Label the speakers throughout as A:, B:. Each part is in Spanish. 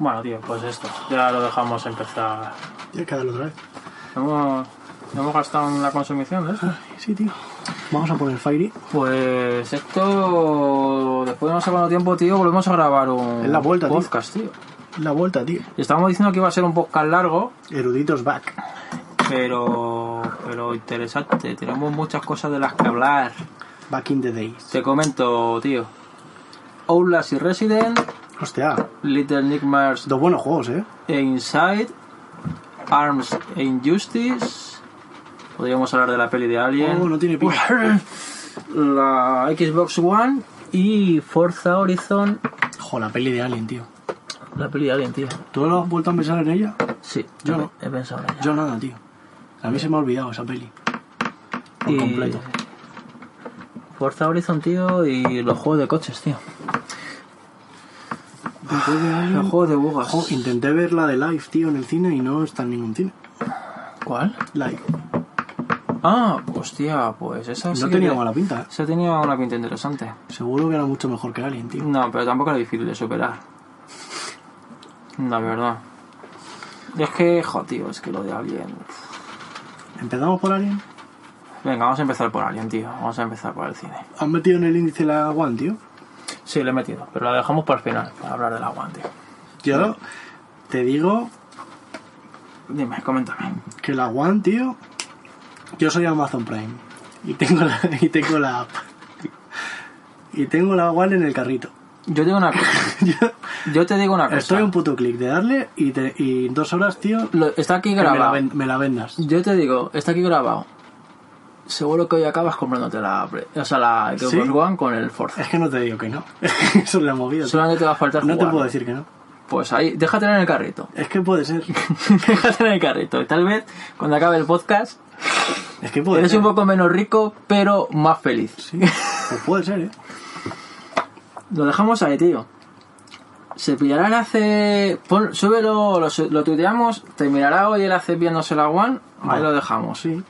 A: Bueno, tío, pues esto. Ya lo dejamos empezar.
B: Tienes que darlo otra vez.
A: Hemos, hemos gastado en la consumición de esto.
B: Sí, tío. Vamos a poner Fairy.
A: Pues esto. Después de no sé cuánto tiempo, tío, volvemos a grabar un
B: Es la vuelta, tío.
A: podcast, tío.
B: La vuelta, tío.
A: Y Estábamos diciendo que iba a ser un podcast largo,
B: Eruditos back.
A: pero. Pero interesante. Tenemos muchas cosas de las que hablar.
B: Back in the days.
A: Te comento, tío. Outlast y Resident,
B: Hostia.
A: Little Nightmares
B: Dos buenos juegos, eh.
A: e Inside, Arms e Injustice. Podríamos hablar de la peli de Alien.
B: Oh, no tiene pinta.
A: la Xbox One y Forza Horizon.
B: Jo, la peli de Alien, tío.
A: La peli de Alien, tío.
B: ¿Tú lo has vuelto a pensar en ella?
A: Sí,
B: Yo
A: he-
B: no.
A: he pensado en ella.
B: Yo nada, tío. A mí se me ha olvidado esa peli. Por
A: Y-
B: completo.
A: Forza Horizon, tío, y los juegos de coches, tío.
B: Ah,
A: Los juegos de bugas.
B: Jo, intenté ver la de Live, tío, en el cine y no está en ningún cine.
A: ¿Cuál?
B: Live.
A: Ah, hostia, pues esa sí
B: No
A: que
B: tenía
A: te-
B: mala pinta,
A: Esa tenía una pinta interesante.
B: eh. Seguro que era mucho mejor que Alien, tío.
A: No, pero tampoco era difícil de superar. La verdad. Y es que, jo, tío, es que lo de Alien...
B: ¿Empezamos por Alien?
A: Venga, vamos a empezar por Alien, tío. Vamos a empezar por el cine.
B: ¿Has metido en el índice la One, tío?
A: Sí, le he metido, pero la dejamos para el final, para hablar del aguante.
B: Yo te digo
A: Dime, coméntame.
B: que la One, tío. Yo soy Amazon Prime. Y tengo la, y tengo la app. Y tengo la One en el carrito.
A: Yo digo una cosa.
B: Yo
A: Yo te digo una cosa.
B: estoy a un puto clic de darle y, te- y en dos horas, tío, que
A: Lo- está aquí
B: me la,
A: grabado.
B: ven- me la vendas.
A: Yo te digo, está aquí grabado. Seguro que hoy acabas comprándote la, Play- o sea, la Xbox
B: ¿Sí?
A: One con el Forza.
B: Es que no te digo que no. Eso es la movida. tío.
A: Solamente te va a faltar
B: No te
A: jugar.
B: puedo decir que no.
A: Pues ahí, déjatela en el carrito.
B: Es que puede ser.
A: déjatela en el carrito. Y tal vez cuando acabe el podcast
B: Es que puede
A: eres
B: ser.
A: un poco menos rico, pero más feliz.
B: Sí, pues puede ser, ¿eh?
A: Lo dejamos ahí, tío. Se pillará el hace. Pon, súbelo, lo, su- lo tuiteamos. Terminará hoy el hace viéndose la One. Ahí
B: Vale.
A: lo dejamos.
B: Sí.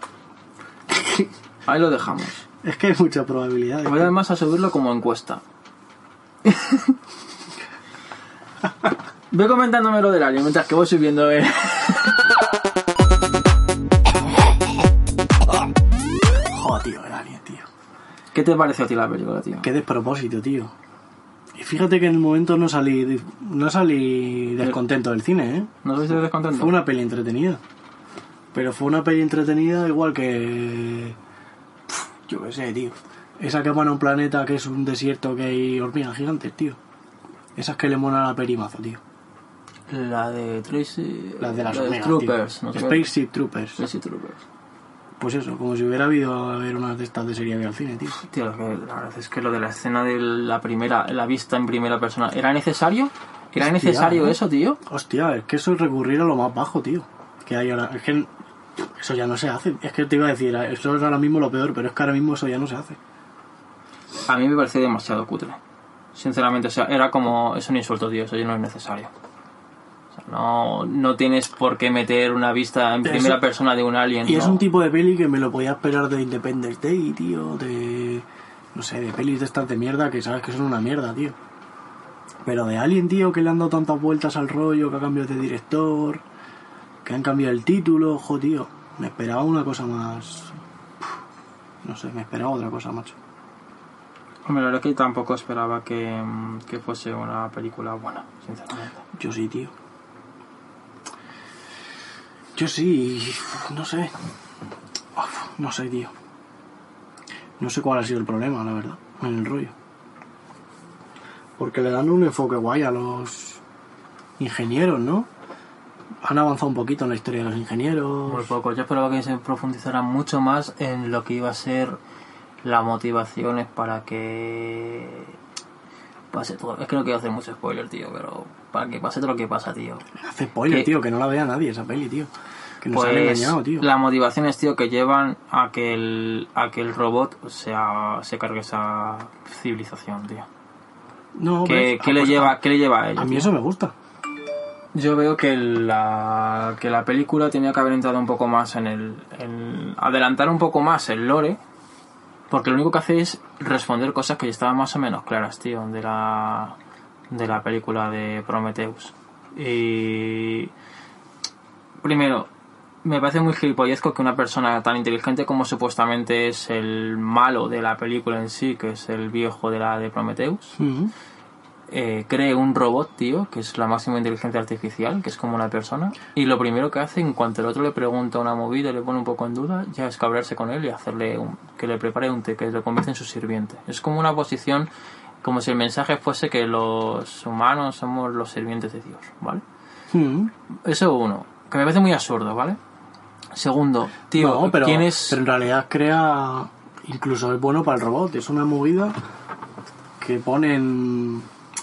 A: Ahí lo dejamos.
B: Es que hay mucha probabilidad.
A: Voy además a subirlo como encuesta. Ve comentándome lo del alien mientras que voy subiendo. eh.
B: Joder, tío, el alien, tío.
A: ¿Qué te pareció a ti la película, tío?
B: Qué despropósito, tío. Y fíjate que en el momento no salí, no salí descontento del cine, ¿eh?
A: ¿No estuviste descontento?
B: Fue una peli entretenida. Pero fue una peli entretenida igual que... Pf, Yo qué sé, tío. Esa que van a un planeta que es un desierto que hay hormigas gigantes, tío. Esas que le molan a Perimazo, tío.
A: La de Tracy.
B: Las de las
A: la
B: hormigas,
A: Troopers.
B: tío.
A: No sé qué.
B: Spaceship Troopers.
A: Tracy Troopers.
B: Pues eso, como si hubiera habido a ver unas de estas de serie B al cine, tío.
A: Tío, lo que- la verdad es que lo de la escena de la primera, la vista en primera persona, ¿era necesario? ¿Era
B: Hostia, ¿eh?
A: necesario
B: ¿no?
A: eso, tío?
B: Hostia, es que eso es recurrir a lo más bajo, tío. Que hay ahora. Es que eso ya no se hace. Es que te iba a decir, eso es ahora mismo lo peor, pero es que ahora mismo eso ya no se hace.
A: A mí me pareció demasiado cutre. Sinceramente, o sea, era como, es un insulto, tío, eso ya no es necesario. O sea, no, no tienes por qué meter una vista en
B: Eso-
A: primera persona de un alien.
B: Y es
A: no.
B: un tipo de peli que me lo podía esperar de Independence Day, tío, de. No sé, de pelis de estas de mierda que sabes que son una mierda, tío. Pero de Alien, tío, que le han dado tantas vueltas al rollo, que ha cambiado de director, que han cambiado el título, ojo, tío. Me esperaba una cosa más. No sé, me esperaba otra cosa, macho.
A: Hombre, la verdad es que tampoco esperaba que, mm, que fuese una película buena, sinceramente.
B: Yo sí, tío. Yo sí, y no sé. Uf, no sé, tío. No sé cuál ha sido el problema, la verdad, en el rollo. Porque le dan un enfoque guay a los ingenieros, ¿no? Han avanzado un poquito en la historia de los
A: Muy
B: ingenieros.
A: poco. Yo esperaba que se profundizara mucho más en lo que iba a ser las motivaciones para que pase todo. Es que no quiero hacer mucho spoiler, tío, pero para que pase todo lo que pasa, tío.
B: Hace spoiler,
A: Que-
B: tío, que no la vea nadie esa peli, tío. Que nos han
A: Pues
B: engañado, tío.
A: las motivaciones, tío, que llevan a que el, a que el robot sea, se cargue esa civilización, tío.
B: No,
A: ¿Qué,
B: ves,
A: qué le
B: pues,
A: lleva, qué le lleva a
B: A,
A: ello?
B: a mí
A: tío?
B: eso me gusta.
A: Yo veo que la, que la película tenía que haber entrado un poco más en el. en adelantar un poco más el lore. Porque lo único que hace es responder cosas que ya estaban más o menos claras, tío, de la, de la película de Prometheus. Y. Primero, me parece muy gilipollezco que una persona tan inteligente como supuestamente es el malo de la película en sí, que es el viejo de la de Prometheus,
B: Ujú.
A: eh, cree un robot, tío, que es la máxima inteligencia artificial, que es como una persona, y lo primero que hace en cuanto el otro le pregunta una movida y le pone un poco en duda, ya es cabrearse con él y hacerle un- que le prepare un té, que lo convierte en su sirviente. Es como una posición, como si el mensaje fuese que los humanos somos los sirvientes de Dios, ¿vale?
B: Ujú.
A: Eso uno, que me parece muy absurdo, ¿vale? Segundo, tío,
B: No, pero,
A: ¿quién es-
B: pero en realidad crea. Incluso es bueno para el robot. Es una movida que ponen.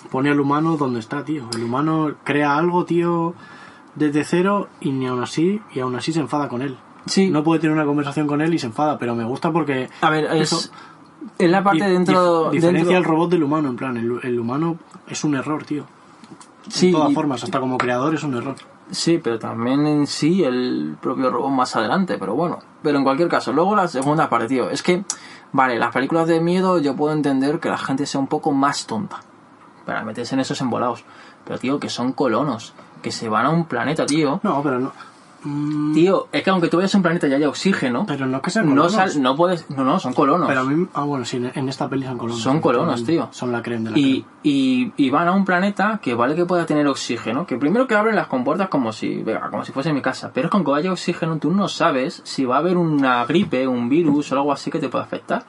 B: Pone al humano donde está, tío. El humano crea algo, tío, desde cero y ni aún así, y aún así se enfada con él.
A: Sí,
B: No puede tener una conversación con él y se enfada, pero me gusta porque
A: a ver, es...
B: eso-
A: Es la parte
B: Dif-
A: dentro...
B: dif- diferencia
A: dentro-
B: el robot del humano, en plan, el, el humano es un error, tío.
A: sí,
B: de todas formas, hasta como creador es un error.
A: Sí, pero también en sí el propio robot más adelante, pero bueno. Pero en cualquier caso, luego la segunda parte, tío. Es que, vale, las películas de miedo yo puedo entender que la gente sea un poco más tonta. Para meterse en esos embolados. Pero, tío, que son colonos. Que se van a un planeta, tío.
B: No, pero no. Mm,
A: Tío, es que aunque tú vayas a un planeta y haya oxígeno,
B: pero no es que sean
A: no,
B: colonos.
A: sal, no puedes... No, no, son colonos.
B: Pero a mí, ah, bueno, sí, en esta peli son colonos.
A: Son colonos, tío.
B: Son la crema de la
A: y,
B: creme.
A: y, y van a un planeta que vale que pueda tener oxígeno, que primero que abren las compuertas como si, venga, como si fuese mi casa, pero es que aunque haya oxígeno tú no sabes si va a haber una gripe, un virus o algo así que te pueda afectar.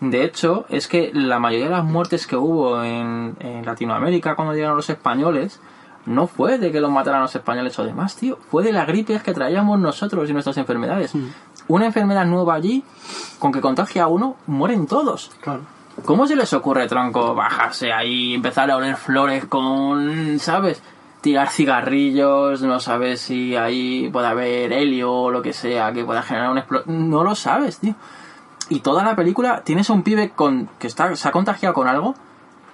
A: De hecho, es que la mayoría de las muertes que hubo en, en Latinoamérica cuando llegaron los españoles no fue de que los mataran los españoles o demás, tío, fue de las gripes que traíamos nosotros y nuestras enfermedades.
B: Hmm.
A: Una enfermedad nueva allí, con que contagia a uno, mueren todos.
B: Claro.
A: ¿Cómo se les ocurre, tronco, bajarse ahí, empezar a oler flores con, ¿sabes? Tirar cigarrillos, no sabes si ahí puede haber helio o lo que sea que pueda generar un explosión. No lo sabes, tío. Y toda la película tienes a un pibe con que está, se ha contagiado con algo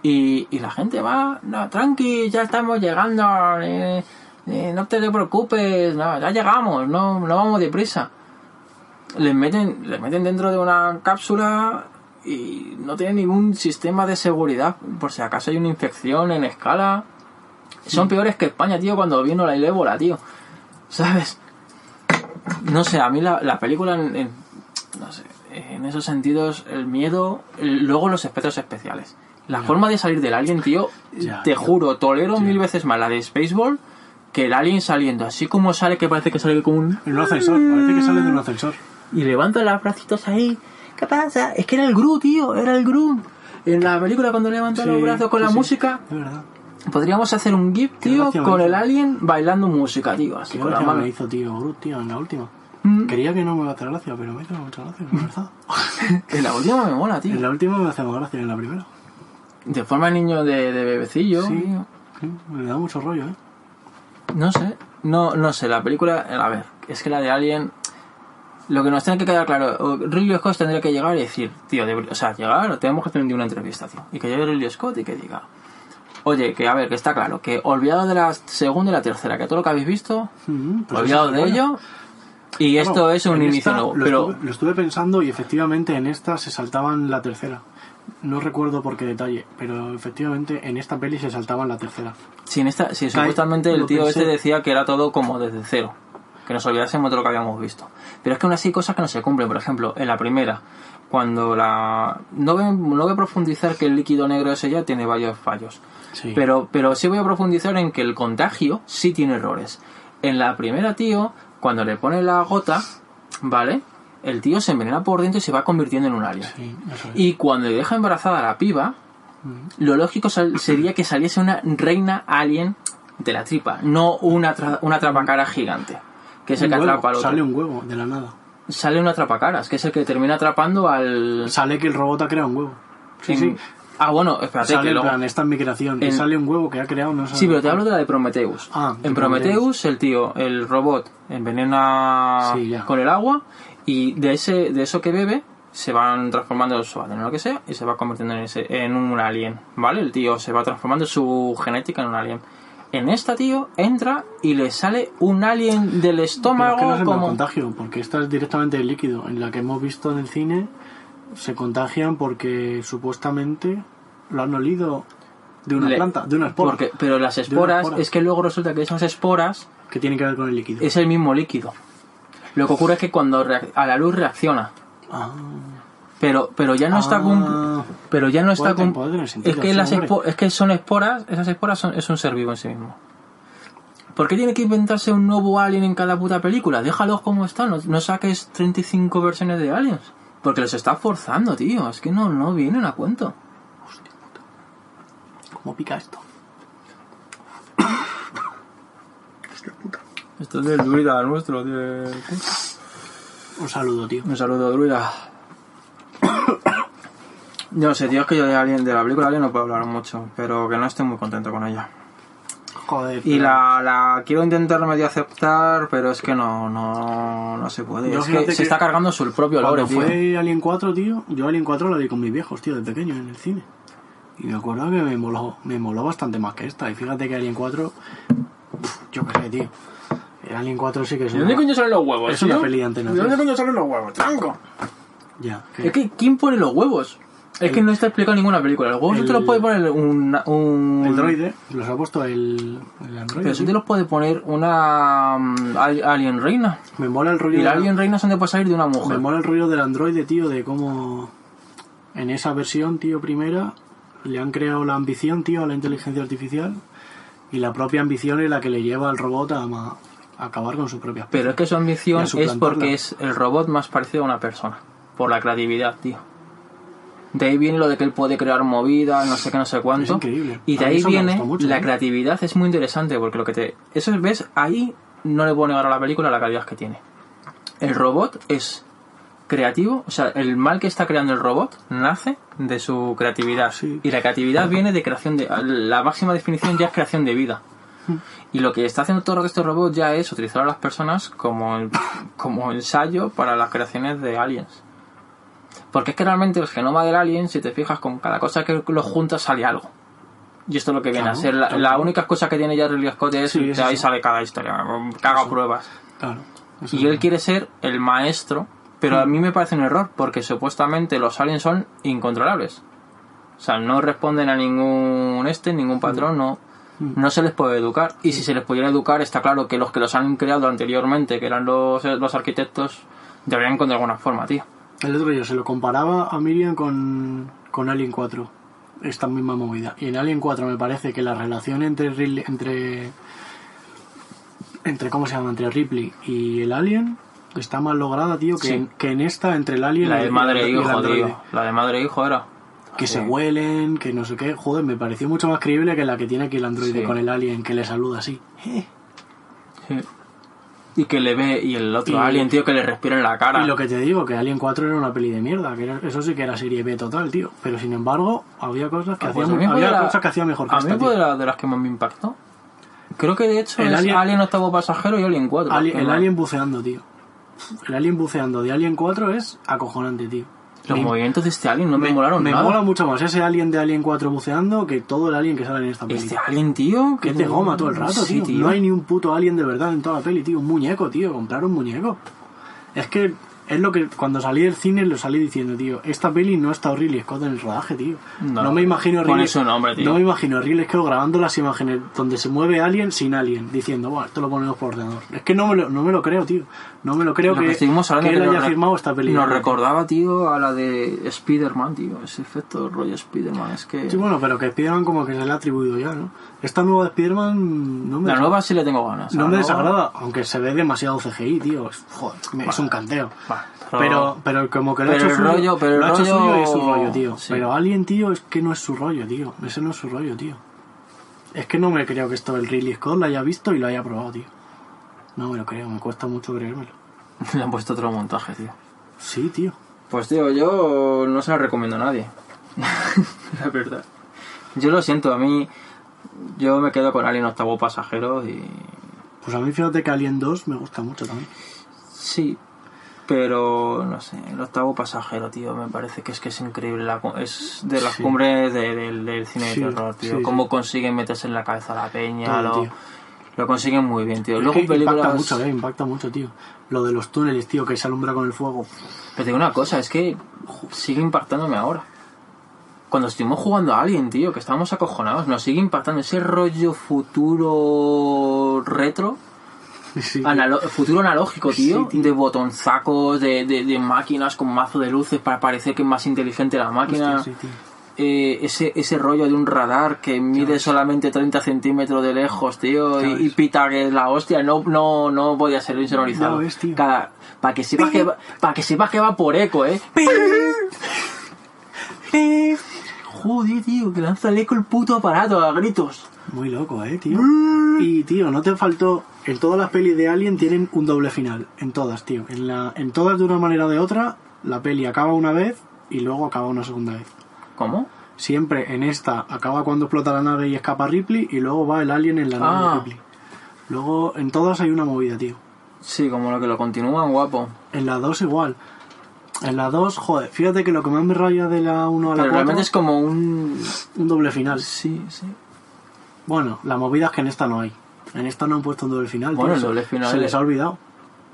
A: y, y la gente va, no, tranqui, ya estamos llegando, eh, eh, no te preocupes, no, ya llegamos, no, no vamos deprisa les meten, les meten dentro de una cápsula y no tienen ningún sistema de seguridad por si acaso hay una infección en escala. Son peores que España, tío, cuando vino la ébola, tío. ¿Sabes? No sé, a mí la, la película, en, en- no sé, en esos sentidos, el miedo, el- luego los efectos especiales. La forma de salir del alien, tío,
B: Ya,
A: te
B: tío.
A: juro, tolero mil veces más la de Spaceball que el alien saliendo. Así como sale, que parece que sale como un...
B: En un ascensor, parece que sale de un ascensor.
A: Y levanta los bracitos ahí. ¿Qué pasa? Es que era el Gru, tío, era el Gru. En la película cuando levanta los
B: Sí,
A: brazos con
B: sí,
A: la
B: sí.
A: música,
B: De verdad.
A: podríamos hacer un GIF, tío,
B: gracia me
A: con
B: hizo.
A: el alien bailando música, tío, así
B: Qué
A: con la
B: gracia
A: mano.
B: me hizo, tío, Groot, tío, en la última.
A: Mm.
B: Quería que no me iba a hacer gracia, pero me hizo mucha gracia, la verdad.
A: En la última me mola,
B: en
A: tío.
B: la última me hace más gracia que en la primera.
A: De forma de niño de, de bebecillo.
B: Sí.
A: tío.
B: Sí, me da mucho rollo, ¿eh?
A: No sé, no, no sé, la película, a ver, es que la de Alien, lo que nos tiene que quedar claro, o Ridley Scott tendría que llegar y decir, tío, de- o sea, llegar, tenemos que tener una entrevista, tío, y que llegue Ridley Scott y que diga, oye, que a ver, que está claro, que olvidado de la segunda y la tercera, que todo lo que habéis visto,
B: Mm, pues
A: olvidado
B: eso
A: de
B: es bueno.
A: ello, y esto
B: Claro,
A: es un
B: en
A: inicio
B: esta
A: nuevo,
B: lo
A: pero
B: estuve, lo estuve pensando y efectivamente en esta se saltaban la tercera. No recuerdo por qué detalle, pero efectivamente en esta peli se saltaban la tercera.
A: si, en esta, si
B: Cae-
A: supuestamente el
B: lo
A: tío
B: pensé.
A: este decía que era todo como desde cero, que nos olvidásemos de lo que habíamos visto. Pero es que aún así hay cosas que no se cumplen, por ejemplo, en la primera, cuando la... No voy, no voy a profundizar que el líquido negro ese ya tiene varios fallos,
B: Sí.
A: pero, pero sí voy a profundizar en que el contagio sí tiene errores. En la primera, tío, cuando le pone la gota, ¿vale? El tío se envenena por dentro y se va convirtiendo en un alien.
B: Sí, eso es.
A: Y cuando le deja embarazada a la piba, lo lógico sal- sería que saliese una reina alien de la tripa, no una, tra- una atrapacara gigante, que es el
B: Un
A: que
B: huevo,
A: atrapa al otro.
B: sale
A: Sale,
B: un huevo de la nada.
A: una atrapacaras, que es el que termina atrapando al...
B: Sale que el robot ha creado un huevo. Sí,
A: En-
B: sí.
A: Ah, bueno, espérate,
B: Sale
A: que
B: en
A: luego...
B: plan, esta es mi creación.
A: en-
B: Y sale un huevo que ha creado, Ah, no
A: Sí, pero
B: sabe-
A: te hablo de la de Prometheus.
B: Ah,
A: en
B: de Prometheus.
A: Prometheus, el tío, el robot, envenena
B: Sí, ya.
A: con el agua y de ese de eso que bebe se van transformando su ADN en lo que sea y se va convirtiendo en, ese- en un alien, ¿vale? El tío se va transformando su genética en un alien. En esta, tío, entra y le sale un alien del
B: Pero
A: estómago
B: es que no es el
A: como...
B: contagio, porque esta es directamente el líquido. En la que hemos visto en el cine se contagian porque supuestamente lo han olido de una
A: Le-
B: planta, de una espora,
A: Porque, pero las
B: una
A: esporas,
B: espora.
A: es que luego resulta que esas esporas
B: que tiene que ver con el líquido.
A: es el mismo líquido. Lo que ocurre es que cuando reac- a la luz reacciona,
B: Ah,
A: pero pero ya no está cum-
B: Ah.
A: pero ya no está
B: Puede tener-
A: cum-
B: puede tener
A: es
B: sentido,
A: que
B: sí,
A: las
B: hombre.
A: espo- es que son esporas esas esporas son, es un ser vivo en sí mismo ¿Por qué tiene que inventarse un nuevo alien en cada puta película? Déjalos como están, no, no saques 35 versiones de aliens. Porque los está forzando, tío. Es que no, no vienen a cuento.
B: ¿Cómo pica esto?
A: Esto es del druida nuestro, tío.
B: Un saludo, tío.
A: Un saludo, druida. No sé, tío, es que yo de, Alien- de la película Alien no puedo hablar mucho, pero que no estoy muy contento con ella.
B: Joder.
A: Y
B: pero-
A: la, la quiero intentar medio aceptar, pero es que no, no, no se puede.
B: Yo
A: es que
B: fíjate
A: se
B: que
A: está cargando su propio
B: Cuando
A: lore, tío.
B: fue Alien 4, tío, yo Alien 4 la vi con mis viejos, tío, de pequeño en el cine. Y me acuerdo que me moló, me moló bastante más que esta. Y fíjate que Alien 4, pf, yo qué sé, tío. El Alien 4 sí que es
A: ¿De dónde
B: una-
A: coño salen los huevos?
B: Es una
A: tío?
B: peli de Antena
A: ¿De dónde
B: tres.
A: coño salen los huevos, tranco?
B: Ya, que-
A: Es que, ¿quién pone los huevos? Es que no está explicado en ninguna película. Los huevos
B: El-
A: te los puede poner un... un
B: el droide los ha puesto el, el androide.
A: Pero sí
B: tío.
A: te los puede poner una um, al- alien reina.
B: Me mola el
A: Y
B: rollo
A: la
B: de-
A: alien reina son de puede salir de una
B: Me
A: mujer.
B: mola el rollo del androide, tío, de cómo en esa versión, tío, primera, le han creado la ambición, tío, a la inteligencia artificial. Y la propia ambición es la que le lleva al robot a, ma- a acabar con su propia especie.
A: Pero es que su ambición
B: Y a
A: es
B: suplantarla.
A: porque es el robot más parecido a una persona. Por la creatividad, tío. De ahí viene lo de que él puede crear movidas, no sé qué, no sé cuánto.
B: Es increíble.
A: Y de
B: A mí
A: ahí
B: eso me
A: viene
B: gustó mucho,
A: la
B: ¿eh?
A: creatividad, es muy interesante porque lo que te. Eso es, ves, ahí no le puedo negar a la película la calidad que tiene. El robot es creativo, o sea, el mal que está creando el robot nace de su creatividad.
B: Sí.
A: Y la creatividad viene de creación de. La máxima definición ya es creación de vida.
B: Hmm.
A: Y lo que está haciendo todo el resto de robots ya es utilizar a las personas como, como ensayo para las creaciones de aliens. Porque es que realmente el genoma del alien, si te fijas con cada cosa que lo juntas, sale algo. Y esto es lo que viene
B: Claro,
A: a ser. La,
B: claro,
A: la
B: claro.
A: única cosa que tiene ya Ridley Scott es
B: Sí,
A: que
B: eso
A: ahí
B: sí.
A: sale cada historia. Caga pruebas.
B: Claro. eso
A: Y él
B: es-
A: quiere ser el maestro, pero a mí me parece un error, porque supuestamente los aliens son incontrolables. O sea, no responden a ningún este, ningún patrón, no, no se les puede educar. Y si se les pudiera educar, está claro que los que los han creado anteriormente, que eran los, los arquitectos, deberían encontrar alguna forma, tío.
B: El otro yo se lo comparaba a Miriam con, con Alien 4. Esta misma movida. Y en Alien 4 me parece que la relación entre Ridley- entre entre cómo se llama entre Ripley y el alien está más lograda tío que,
A: Sí.
B: en, que en esta entre el alien
A: La
B: y
A: de
B: el-
A: madre e
B: y el
A: hijo,
B: androide.
A: tío. La de madre e hijo era.
B: que se
A: Sí.
B: huelen que no sé qué joder me pareció mucho más creíble que la que tiene aquí el androide
A: Sí. Eh,
B: con el alien que le saluda así
A: Sí. Y que le ve, y el otro
B: Y-
A: alien, tío, que le respira en la cara.
B: Y lo que te digo, que Alien 4 era una peli de mierda, que era- eso sí que era serie B total, tío. Pero sin embargo, había cosas que,
A: Ah,
B: hacía,
A: pues a mí fue
B: había
A: de la-
B: cosas que hacía mejor que
A: A
B: esta,
A: mí
B: tío.
A: fue de, la- de las que más me impactó. Creo que de hecho
B: El
A: es Alien,
B: Alien-
A: Octavo Pasajero y Alien 4.
B: Ali-
A: que
B: el
A: no-
B: Alien buceando, tío. El Alien buceando de Alien 4 es acojonante, tío.
A: Los movimientos de este Alien no me, molaron
B: me
A: nada.
B: mola mucho más ese Alien de Alien 4 buceando que todo el Alien que sale en esta peli.
A: Este Alien, tío.
B: Que es de Este goma todo el rato,
A: Sí,
B: tío. No hay ni un puto alien de verdad en toda la peli, tío. Un muñeco, tío. Comprar un muñeco. Es que es lo que cuando salí del cine lo salí diciendo, tío. Esta peli no está Ridley Scott en el rodaje, tío.
A: No.
B: No, me imagino a
A: Pone
B: Ridley,
A: su nombre, tío.
B: No me imagino a Ridley Scott grabando las imágenes donde se mueve alien sin alien, diciendo, bueno, esto lo ponemos por ordenador. Es que no me lo, no me lo creo, tío. No me lo creo
A: Lo que
B: que,
A: estuvimos hablando
B: que
A: que
B: él
A: nos
B: haya
A: re-
B: firmado esta peli.
A: Nos recordaba, tío, a la de Spider-Man, tío. Ese efecto rollo Spider-Man. Es que.
B: Sí, bueno, pero que Spider-Man como que se le ha atribuido ya, ¿no? Esta nueva de Spider-Man no me
A: la nueva sí le tengo ganas.
B: No
A: La
B: me
A: nueva-
B: desagrada, aunque se ve demasiado CGI, tío. Es- Joder, me- es un canteo.
A: Bah,
B: Pero, pero como que lo
A: pero
B: ha
A: el
B: hecho suyo,
A: rollo- pero el
B: lo ha hecho
A: rollo-
B: suyo y es su rollo, tío.
A: sí.
B: Pero Alien, tío, es que no es su rollo, tío. Ese no es su rollo, tío. Es que no me creo que esto el Ridley Scott lo haya visto y lo haya probado, tío. No me lo creo, me cuesta mucho creérmelo.
A: Le han puesto otro montaje, tío.
B: Sí, tío.
A: Pues, tío, yo no se la recomiendo a nadie. la verdad. Yo lo siento, a mí. Yo me quedo con Alien Octavo Pasajero y.
B: Pues a mí fíjate que Alien 2 me gusta mucho también.
A: Sí, pero no sé, el octavo pasajero, tío, me parece que es que es increíble. la cu- es de las
B: Sí.
A: cumbres de- del- del cine
B: Sí,
A: de terror, tío.
B: sí, sí.
A: Cómo consiguen meterse en la cabeza a la peña,
B: Todo,
A: lo,
B: tío.
A: lo consiguen muy bien, tío. Luego
B: Es que impacta
A: películas.
B: mucho, eh, impacta mucho, tío. Lo de los túneles, tío, que se alumbra con el fuego.
A: Pero te Pues digo una cosa, es que sigue impactándome ahora. Cuando estuvimos jugando a alguien, tío, que estábamos acojonados, nos sigue impactando ese rollo futuro retro.
B: Sí,
A: Analo- futuro analógico,
B: Sí,
A: tío,
B: tío.
A: De botonzacos, de, de, de máquinas con mazo de luces para parecer que es más inteligente la máquina.
B: Hostia, sí, tío.
A: Eh, ese, ese rollo de un radar que mide
B: ves.
A: solamente 30 centímetros de lejos, tío,
B: Ya
A: y, y
B: ves.
A: pita que es la hostia, no, no, no podía ser insonorizado.
B: Ya ves, tío.
A: para que sepas que va, para que sepas que va por eco, eh. Joder, tío, que lanza el eco el puto aparato a gritos.
B: Muy loco, eh, tío. Y, tío, no te faltó. En todas las pelis de Alien tienen un doble final. En todas, tío. En, la... en todas, de una manera o de otra, la peli acaba una vez y luego acaba una segunda vez.
A: ¿Cómo?
B: Siempre en esta acaba cuando explota la nave y escapa Ripley y luego va el alien en la nave
A: Ah.
B: de Ripley. Luego en todas hay una movida, tío.
A: Sí, como lo que lo continúan, guapo.
B: En la 2 igual. En la 2, joder, fíjate que lo que más me raya de la 1 a la
A: Pero
B: 4
A: realmente es como un.
B: un doble final.
A: Sí, sí.
B: Bueno, la movida es que en esta no hay. En esta no han puesto un doble final.
A: Bueno,
B: tío.
A: el
B: Se-
A: doble final
B: Se
A: es-
B: les ha olvidado.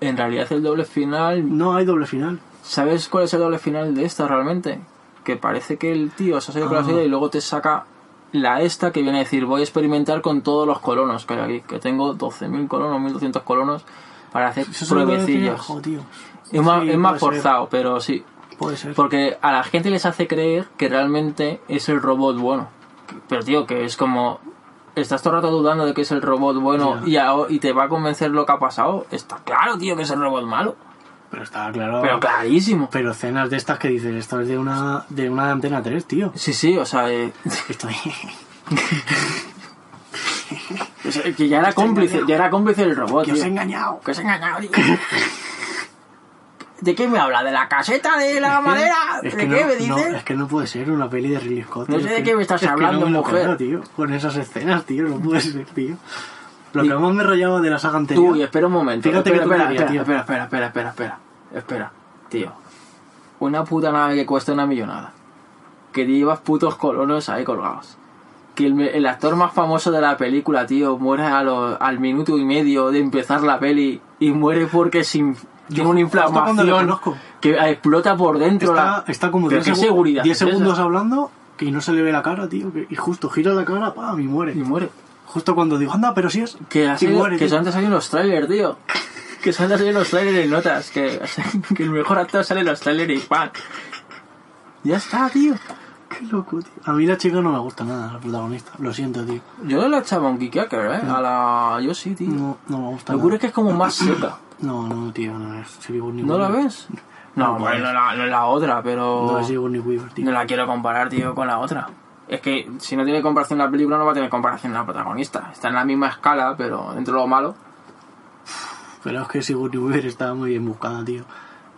A: En realidad el doble final...
B: No hay doble final.
A: ¿Sabes cuál es el doble final de esta realmente? Que parece que el tío se ha salido con la
B: Ah.
A: suya y luego te saca la esta que viene a decir voy a experimentar con todos los colonos que hay aquí, que tengo 12.000 colonos, 1.200 colonos para hacer
B: Eso es un doble final.
A: pruebecillos.
B: Jo, tío.
A: Es más,
B: Sí,
A: es más
B: puede ser,
A: forzado, pero sí.
B: Puede ser.
A: Porque a la gente les hace creer que realmente es el robot bueno. Pero tío, que es como... Estás todo el rato dudando de que es el robot bueno
B: Ya.
A: y, ahora- y te va a convencer lo que ha pasado. Está claro, tío, que es el robot malo.
B: Pero está claro.
A: Pero clarísimo.
B: Pero escenas de estas que dices, esto es de una, de una antena 3, tío.
A: Sí, sí, o sea, eh,
B: Esto
A: o sea, que ya era cómplice, ya era cómplice del robot,
B: Que os he
A: tío.
B: engañado.
A: Que os he engañado, tío. ¿De qué me habla? ¿De la caseta de la madera?
B: Es
A: ¿De
B: no,
A: qué me
B: no,
A: dices?
B: es que no puede ser una peli de Ridley Scott.
A: No
B: tío,
A: sé
B: es
A: de
B: que-
A: qué me estás
B: es que
A: hablando,
B: no me lo
A: mujer.
B: creo, tío, con esas escenas, tío, no puede ser, tío. Lo que más me rayaba de la saga anterior.
A: Tú, y espera un momento.
B: Fíjate
A: espera,
B: que tú
A: espera,
B: querías,
A: espera,
B: tío.
A: espera, espera, espera, espera, espera, espera. tío. Una puta nave que cuesta una millonada. Que llevas putos colonos ahí colgados. Que el, el actor más famoso de la película, tío, muere a los- al minuto y medio de empezar la peli y muere porque sin, tiene una
B: justo cuando lo
A: inflamación
B: conozco.
A: que explota por dentro.
B: está,
A: la,
B: está como
A: ¿Pero
B: 10,
A: qué
B: segu-
A: seguridad
B: 10
A: es esa?
B: segundos hablando y no se le ve la cara, tío. que- y justo gira la cara, ¡pam! y muere.
A: Y muere.
B: Justo cuando digo, anda, pero si es.
A: Que, ha
B: y
A: salido-
B: muere,
A: que
B: tío.
A: solamente salen los trailers, tío. Que solamente salen los trailers y notas. Que, que el mejor actor sale en los trailers y ¡pam! Ya está, tío.
B: Qué loco, tío. A mí la chica no me gusta nada, la protagonista. Lo siento, tío.
A: Yo le echaba un kicker, ¿eh? A la... Yo sí, tío.
B: No, no me gusta
A: Lo que
B: nada.
A: ocurre es que es como más seca.
B: No, no, tío, no es Sigourney
A: ¿No la
B: Weaver.
A: ves? No,
B: No,
A: bueno,
B: no
A: no
B: es.
A: la, no es la otra,
B: No
A: pero...
B: es Sigourney Weaver, tío.
A: No la quiero comparar, tío, con la otra. Es que si no tiene comparación la película, no va a tener comparación la protagonista. Está en la misma escala, pero dentro de lo malo...
B: Pero es que Sigourney Weaver estaba muy bien buscada, tío.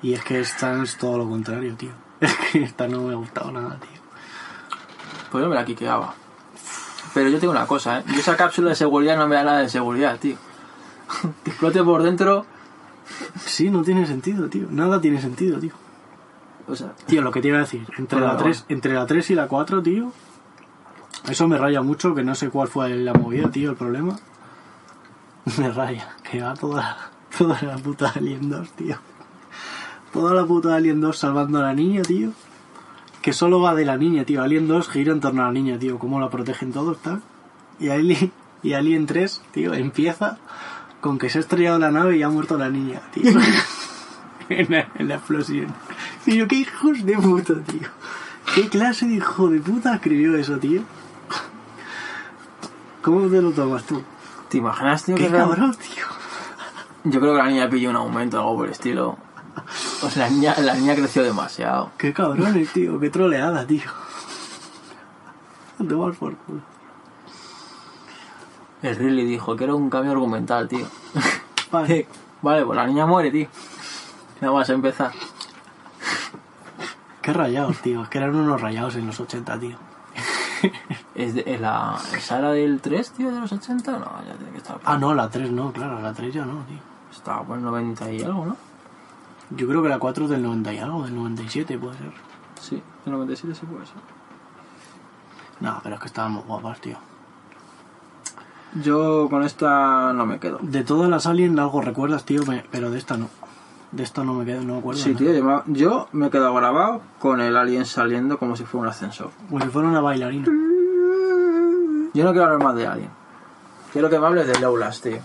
B: Y es que esta es todo lo contrario, tío. Es que esta no me ha gustado nada, tío.
A: Pues yo me la quiqueaba. Pero yo tengo una cosa, ¿eh? Yo esa cápsula de seguridad no me da nada de seguridad, tío. Que explote por dentro.
B: Sí, no tiene sentido, tío. Nada tiene sentido, tío.
A: O sea,
B: Tío, lo que te iba a decir, entre,
A: Bueno,
B: la, 3, entre la 3 y la 4, tío, eso me raya mucho, que no sé cuál fue la movida, tío, el problema. Me raya, que va toda, toda la puta Alien 2, tío. Toda la puta Alien 2 salvando a la niña, tío. Que solo va de la niña, tío. Alien 2 gira en torno a la niña, tío. Cómo la protegen todos, tal. Y Alien, y Alien 3, tío, empieza con que se ha estrellado la nave y ha muerto la niña, tío. en, la, en la explosión. Pero qué hijos de puta, tío. ¿Qué clase de hijo de puta escribió eso, tío? ¿Cómo te lo tomas tú?
A: ¿te imaginas, tío?
B: Qué
A: que la-
B: cabrón, tío.
A: Yo creo que la niña pilló un aumento o algo por el estilo. O sea, la niña, la niña creció demasiado.
B: Qué cabrones, tío. Qué troleada, tío. Tomar por culo.
A: El Ridley dijo que era un cambio argumental, tío.
B: Vale.
A: Vale, pues la niña muere, tío. Nada más empezar.
B: Qué rayados, tío. Es que eran unos rayados en los 80, tío.
A: ¿Es, de, es la sala del 3, tío, de los 80? No, ya tiene que estar.
B: Ah, no, la 3 no, claro, la 3 ya no, tío.
A: Estaba por el 90 y algo, ¿no?
B: Yo creo que la 4 es del 90 y algo, del 97 puede ser.
A: Sí, el 97 sí puede ser.
B: No, pero es que estábamos guapas, tío.
A: Yo con esta no me quedo.
B: De todas las Alien algo recuerdas, tío, me- pero de esta no. De esta no me quedo, no me acuerdo.
A: Sí,
B: ¿no?
A: tío, yo me, yo me he quedado grabado con el alien saliendo como si fuera un ascensor.
B: Como si fuera una bailarina.
A: Yo no quiero hablar más de Alien. Quiero que me hables del Outlast, tío.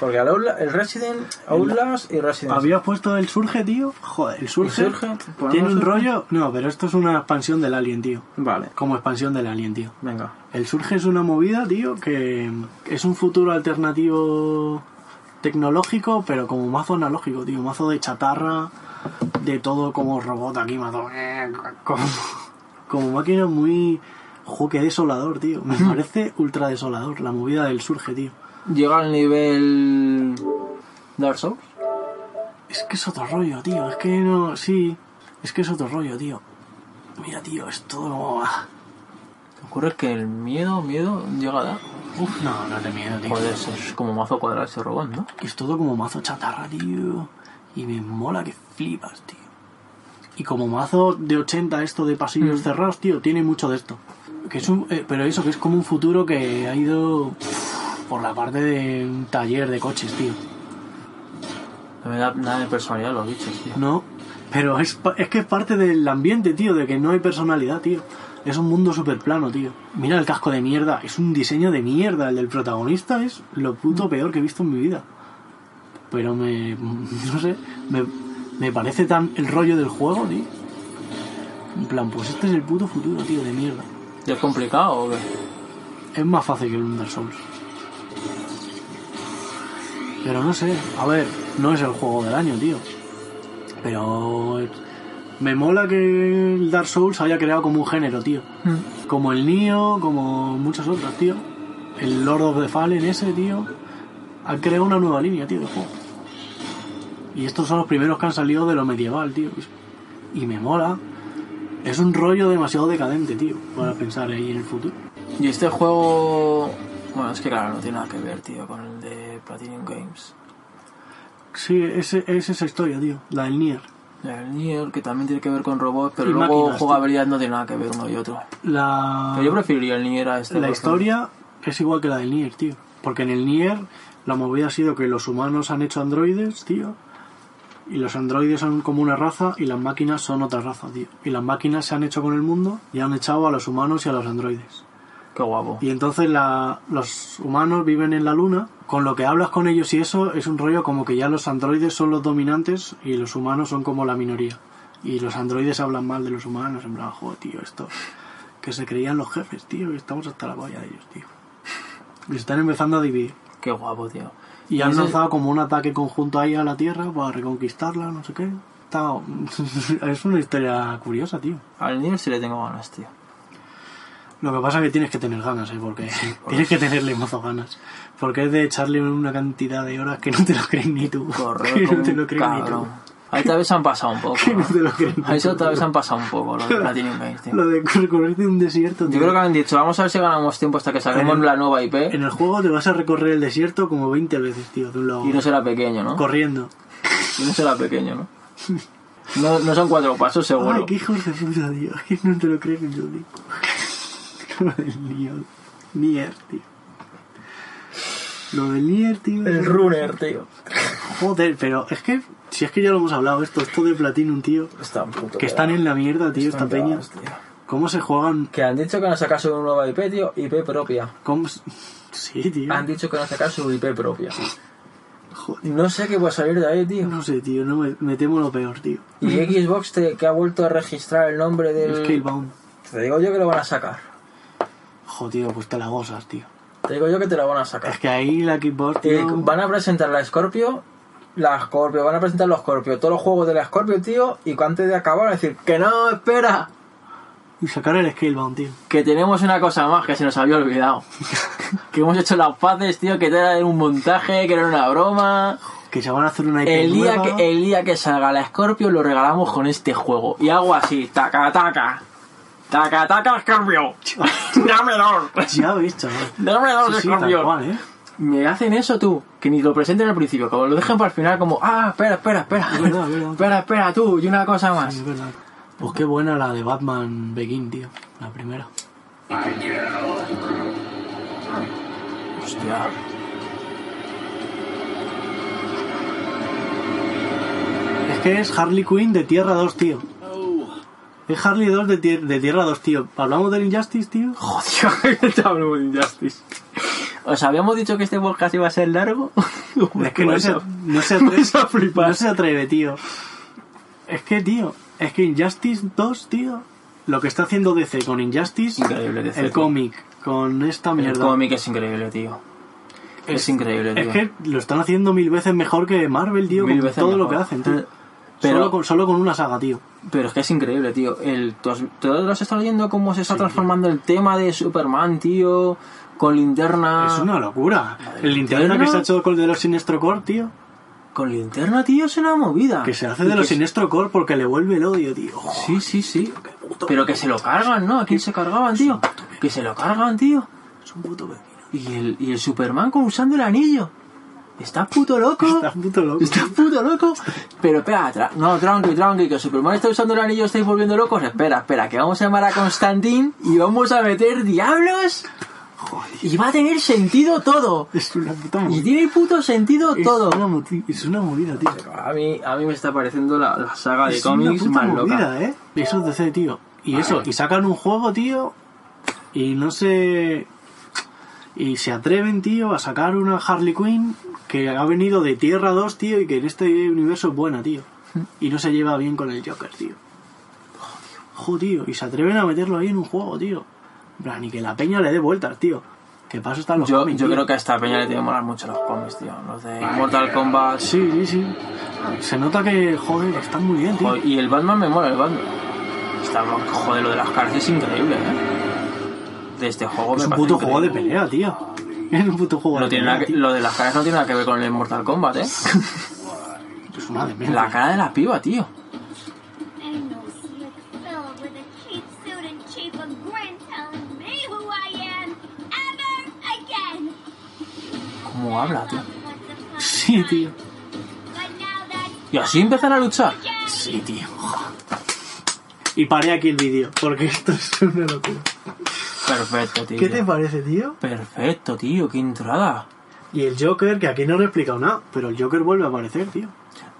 A: Porque el, Outla- el Resident, Outlast y Resident
B: ¿Habías puesto el surge, tío? Joder, el surge,
A: ¿El Surge? Pues ¿Ponemos
B: tiene un
A: Surge?
B: rollo. No, pero esto es una expansión del Alien, tío.
A: Vale,
B: Como expansión del Alien, tío.
A: venga.
B: El surge es una movida, tío, que es un futuro alternativo tecnológico, pero como mazo analógico, tío. Mazo de chatarra, de todo como robot aquí, mazo. eh, Como, como máquina muy. Jo, qué desolador, tío. Me parece ultra desolador la movida del surge, tío.
A: Llega al nivel. Dark Souls.
B: Es que es otro rollo, tío. Es que no. Sí. Es que es otro rollo, tío. Mira, tío, es todo como. ah.
A: ¿Te ocurre que el miedo, miedo, llega a dar?
B: Uf, no, no te miedo, tío.
A: Joder, eso es como mazo cuadrado ese robot, ¿no?
B: que es todo como mazo chatarra, tío. Y me mola que flipas, tío. Y como mazo de 80 esto de pasillos cerrados, tío, tiene mucho de esto. Que es un, eh, pero eso que es como un futuro que ha ido por la parte de un taller de coches, tío.
A: No me da nada de personalidad los bichos, tío.
B: No, pero es, pa- es que es parte del ambiente, tío, de que no hay personalidad, tío. Es un mundo súper plano, tío. Mira el casco de mierda, es un diseño de mierda. El del protagonista es lo puto peor que he visto en mi vida. Pero me. No sé, me, me parece tan el rollo del juego, tío. En plan, pues este es el puto futuro, tío, de mierda.
A: ¿Y es complicado o qué?
B: Es más fácil que el Under Souls. Pero no sé, a ver, no es el juego del año, tío. Pero es- me mola que el Dark Souls haya creado como un género, tío.
A: Mm.
B: Como el Nioh, como muchas otras, tío. El Lord of the Fallen ese, tío. Han creado una nueva línea, tío, de juego. Y estos son los primeros que han salido de lo medieval, tío. Y me mola. Es un rollo demasiado decadente, tío, para pensar ahí en el futuro.
A: Y este juego. Bueno, es que claro, no tiene nada que ver, tío, con el de Platinum Games.
B: Sí, ese, es esa historia, tío. La del Nier.
A: El Nier, que también tiene que ver con robots, pero
B: Y
A: luego
B: máquinas, tío.
A: jugabilidad no tiene nada que ver uno y otro.
B: La,
A: Pero yo preferiría el Nier a este.
B: la
A: por ejemplo.
B: historia es igual que la del Nier, tío. Porque en el Nier la movida ha sido que los humanos han hecho androides, tío. Y los androides son como una raza y las máquinas son otra raza, tío. Y las máquinas se han hecho con el mundo y han echado a los humanos y a los androides.
A: Qué guapo.
B: Y entonces la- los humanos viven en la luna, con lo que hablas con ellos y eso es un rollo como que ya los androides son los dominantes y los humanos son como la minoría. Y los androides hablan mal de los humanos, en plan, joder, tío, estos que se creían los jefes, tío, y estamos hasta la polla de ellos, tío. Y se están empezando a dividir.
A: Qué guapo, tío.
B: Y han
A: ese-
B: lanzado como un ataque conjunto ahí a la Tierra para reconquistarla, no sé qué. Está- es una historia curiosa, tío.
A: Al Nier sí le tengo ganas, tío.
B: Lo que pasa es que tienes que tener ganas, ¿eh? Porque tienes que tenerle mazo ganas. Porque es de echarle una cantidad de horas que no te lo crees ni tú. que
A: Correr
B: no
A: como
B: te
A: un
B: lo crees
A: cabrón. Ahí tal vez se han pasado un poco.
B: ni tú. Que no
A: ¿no?
B: te lo crees ni
A: Ahí
B: tú.
A: se tal vez se han pasado un poco, lo de Platinum Games, tío.
B: Lo de recorrerte un desierto,
A: Yo
B: tío.
A: creo que han dicho, vamos a ver si ganamos tiempo hasta que saquemos
B: En el-
A: la nueva IP
B: En el juego te vas a recorrer el desierto como 20 veces, tío, de un lado. a
A: y no
B: otro.
A: será pequeño, ¿no?
B: Corriendo.
A: Y no será pequeño, ¿no? No, no son cuatro pasos, seguro.
B: Ay, qué hijos de puta, tío. Que no te lo crees ni tú, tío. Lo del Nier. Nier, tío. Lo del Nier, tío. es-
A: runner, tío.
B: Joder, pero es que, si es que ya lo hemos hablado, esto, esto de Platinum, tío.
A: Está un puto
B: Que están en la mierda, tío,
A: Están
B: esta peña.
A: pegados, tío.
B: ¿Cómo se juegan?
A: Que han dicho que van a sacar su nueva IP, tío, IP propia.
B: ¿Cómo se- Sí, tío.
A: Han dicho que van a sacar su IP propia.
B: Joder.
A: No sé qué va a salir de ahí, tío.
B: No sé, tío, no me, me temo lo peor, tío.
A: Y Xbox te- que ha vuelto a registrar el nombre del...
B: Scalebound.
A: Te digo yo que lo van a sacar.
B: Joder, tío, pues te la gozas, tío.
A: Te digo yo que te la van a sacar.
B: Es que ahí la Xbox,
A: Eh,
B: tío.
A: van a presentar la Scorpio, la Scorpio, van a presentar los Scorpio, todos los juegos de la Scorpio, tío, y antes de acabar van a decir que no, espera,
B: Y sacar el Scalebound, tío.
A: que tenemos una cosa más que se nos había olvidado. que hemos hecho las paces, tío, que era un montaje, que era una broma,
B: que se van a hacer una IP
A: El día,
B: nueva.
A: que, el día que salga la Scorpio lo regalamos con este juego. Y hago así, taca, taca. Taca, taca, Scorpio. Dame dos.
B: Ya ves, chaval.
A: Dame
B: Sí,
A: dos,
B: sí, tal
A: Scorpio.
B: cual, ¿eh?
A: Me hacen eso tú, que ni lo presenten al principio, como lo dejen para el final como, ah, espera, espera, espera.
B: Es verdad, es verdad.
A: Espera, espera tú, y una cosa más.
B: Sí, es verdad. Pues qué buena la de Batman Begin, tío. La primera.
A: Hostia.
B: Es que es Harley Quinn de Tierra 2, tío. Es Harley 2 de, tier- de Tierra 2, tío. Hablamos del Injustice, tío.
A: Joder, te hablo de Injustice. ¿Os habíamos dicho que este podcast iba a ser largo? pues
B: Es que no se, no se
A: Vas a
B: atreve.
A: flipar.
B: No se atreve, tío. Es que, tío, es que Injustice 2, tío. Lo que está haciendo DC con Injustice,
A: Increíble DC,
B: el
A: tío.
B: cómic, con esta
A: El
B: mierda.
A: cómic es increíble, tío. Es, increíble, tío.
B: Es que lo están haciendo mil veces mejor que Marvel, tío,
A: Mil
B: con
A: veces
B: todo lo
A: mejor. Eh,
B: que hacen, tío.
A: Pero-
B: Solo, con, solo con una saga, tío.
A: Pero es que es increíble, tío. El, ¿tú, has, tú lo has estado viendo cómo se está transformando el tema de Superman, tío? Con linterna.
B: Es una locura. El linterna
A: ¿Linterna?
B: que se ha hecho con el de los Sinestro Core, tío.
A: Con linterna, tío, es una movida.
B: Que se hace
A: Ah. Y
B: de los
A: que-
B: Sinestro Core porque le vuelve el odio, tío.
A: Sí, sí, sí. Pero que se lo cargan, ¿no? ¿A quién se cargaban, tío? Que se lo cargan, tío.
B: Es un puto vecino.
A: Y el, y el Superman con usando el anillo. Está puto loco.
B: Está puto loco.
A: Está puto loco. Pero espera, tra- no, tranqui, tranqui, que Superman está usando el anillo, estáis volviendo locos. Espera, espera, que vamos a llamar a Constantín y vamos a meter diablos. Y va a tener sentido todo.
B: Es una puta
A: Y
B: movida.
A: tiene el puto sentido
B: Es
A: todo.
B: una moti- Es una movida, tío.
A: A mí, a mí me está pareciendo la, la saga Ah, de
B: Es una
A: cómics
B: puta
A: más loca.
B: movida, ¿eh? Eso es DC, tío. Y eso, y sacan un juego, tío, y no sé... Y se atreven, tío, a sacar una Harley Quinn que ha venido de Tierra 2, tío, y que en este universo es buena, tío. Y no se lleva bien con el Joker, tío. Joder, tío. Y se atreven a meterlo ahí en un juego, tío. En plan, y que la peña le dé vueltas, tío. Que paso están los
A: Yo,
B: cómics,
A: yo
B: tío.
A: creo que a esta peña le tiene que molar mucho los cómics, tío. Los de Mortal Kombat.
B: Sí, sí, sí. Se nota que, joder, están muy bien, tío.
A: Joder, Y el Batman me mola, el Batman. Está, joder, lo de las caras es increíble, ¿eh? De este juego me
B: Es un
A: parece
B: puto juego de
A: increíble.
B: pelea, tío. Es un puto juego
A: No
B: de
A: tiene
B: pelea.
A: nada que-
B: tío.
A: lo de las caras no tiene nada que ver con el Mortal Kombat, ¿eh?
B: Es una demencia.
A: La cara de la piba, tío.
C: And no slick fella with a cheap suit and cheap a grin telling me who I am ever again.
A: ¿Cómo habla, tío?
B: Sí, tío.
C: But now that's
A: Y así empiezan a luchar.
B: Sí, tío. Y paré aquí el vídeo, porque esto es una locura.
A: Perfecto, tío.
B: ¿Qué te parece, tío?
A: Perfecto, tío. Qué entrada.
B: Y el Joker, que aquí no lo he explicado nada, pero el Joker vuelve a aparecer, tío.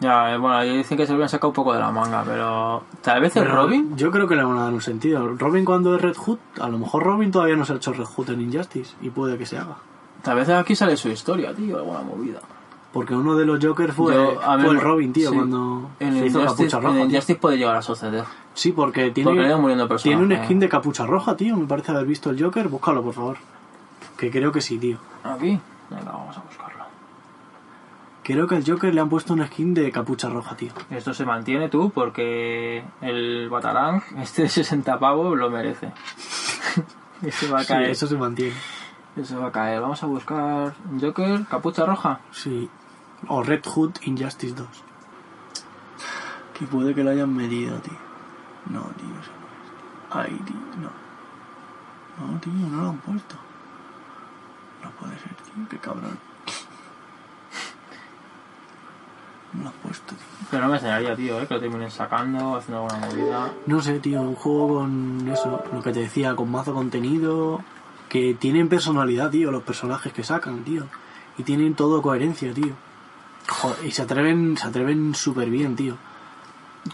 A: Ya, eh, bueno, ahí dicen que se lo habían sacado un poco de la manga, pero... Tal vez el
B: Pero
A: ¿Este Robin...
B: Yo creo que le van a dar un sentido. Robin cuando es Red Hood, a lo mejor Robin todavía no se ha hecho Red Hood en Injustice, y puede que se haga.
A: Tal vez aquí sale su historia, tío. Alguna movida.
B: Porque uno de los Jokers fue,
A: Yo, a mí
B: fue el
A: me-
B: Robin, tío,
A: sí.
B: cuando
A: En
B: se
A: el
B: hizo
A: Justice,
B: capucha roja.
A: en el
B: tío.
A: Justice puede llegar a suceder.
B: Sí, porque tiene,
A: Porque le van muriendo personas,
B: tiene un
A: ¿no?
B: skin de capucha roja, tío. Me parece haber visto el Joker. Búscalo, por favor. Que creo que sí, tío.
A: Aquí. Venga, vamos a buscarlo.
B: Creo que al Joker le han puesto un skin de capucha roja, tío.
A: Esto se mantiene tú porque el Batarang, este de 60 pavos, lo merece. Eso va a
B: Sí,
A: caer.
B: eso se mantiene.
A: Eso va a caer. Vamos a buscar Joker, capucha roja.
B: Sí. O Red Hood Injustice 2. Que puede que lo hayan medido, tío. No, tío, eso no es. Ay, tío, no. No, tío, no lo han puesto. No puede ser, tío, qué cabrón. No lo han puesto, tío.
A: Pero no me extrañaría, tío, eh, que lo terminen sacando, haciendo alguna movida.
B: No sé, tío, un juego con eso, lo que te decía, con mazo contenido, que tienen personalidad, tío, los personajes que sacan, tío. Y tienen todo coherencia, tío. Joder, y se atreven, se atreven súper bien, tío.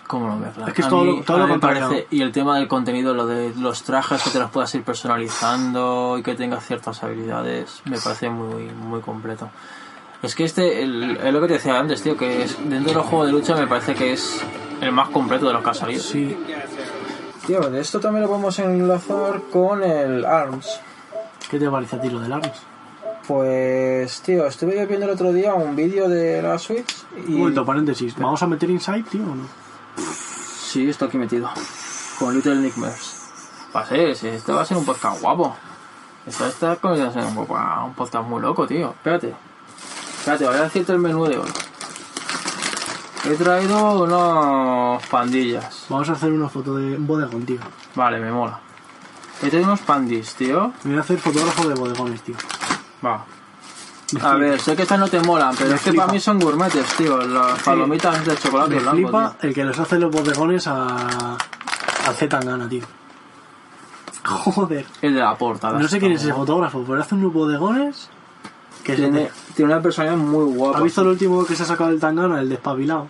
A: ¿Cómo lo ves? Fran?
B: Es que es
A: A
B: todo
A: mí-
B: lo- todo
A: a
B: lo
A: mí me
B: contrario.
A: parece- Y el tema del contenido, lo de los trajes que te los puedas ir personalizando y que tengas ciertas habilidades, me parece muy, muy completo. Es que este, el- es lo que te decía antes, tío, que es, dentro de los juegos de lucha me parece que es el más completo de los que ha salido.
B: Sí,
A: Tío, de esto también lo podemos enlazar con el ARMS.
B: ¿qué te parece a ti lo del ARMS?
A: Pues, tío, estuve yo viendo el otro día un vídeo de la Switch
B: Un momento, paréntesis, ¿vamos a meter Inside, tío, o no?
A: Sí, está aquí metido. Con Little Nightmares. Va a ser, sí, este va a ser un podcast guapo. Esto está ah, comenzando a ser un, poco- un podcast muy loco, tío. Espérate. Espérate, voy a decirte el menú de hoy. He traído unos pandillas.
B: Vamos a hacer una foto de un bodegón, tío.
A: Vale, me mola. He traído unos pandis, tío.
B: Me voy a hacer fotógrafo de bodegones, tío.
A: Va. A ver, sé que estas no te molan, pero
B: Me
A: es que
B: flipa.
A: para mí son gourmetes, tío. Las palomitas de chocolate
B: Me
A: blanco.
B: flipa
A: tío.
B: el que les hace los bodegones a. a Z Tangana, tío. Joder.
A: El de la portada.
B: No sé quién es ese fotógrafo, pero hace unos bodegones. Que se
A: Tiene,
B: te-
A: tiene una personalidad muy guapa.
B: ¿Has visto el último que se ha sacado del Tangana? El despabilado.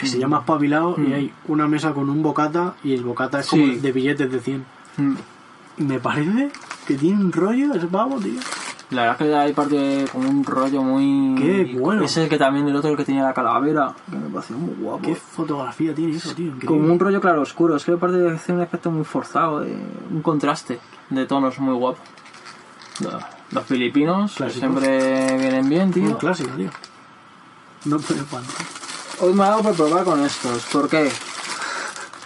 B: Que
A: Mm.
B: se llama espabilado y hay una mesa con un bocata y el bocata es como
A: Sí.
B: de billetes de 100.
A: Mm.
B: Me parece que tiene un rollo ese pavo, tío.
A: La verdad es que hay parte con un rollo muy.
B: Qué bueno.
A: Ese que también el otro que tenía la calavera. Que me pareció muy guapo.
B: ¿Qué fotografía tiene eso, tío? Increíble.
A: Como un rollo claro oscuro. Es que me parece que hace un aspecto muy forzado. de- un contraste de tonos muy guapo. Los- Los filipinos que
B: Clásicos.
A: siempre vienen bien,
B: Un
A: tío.
B: clásico, tío. No puede faltar.
A: Hoy me ha dado por probar con estos. ¿Por qué?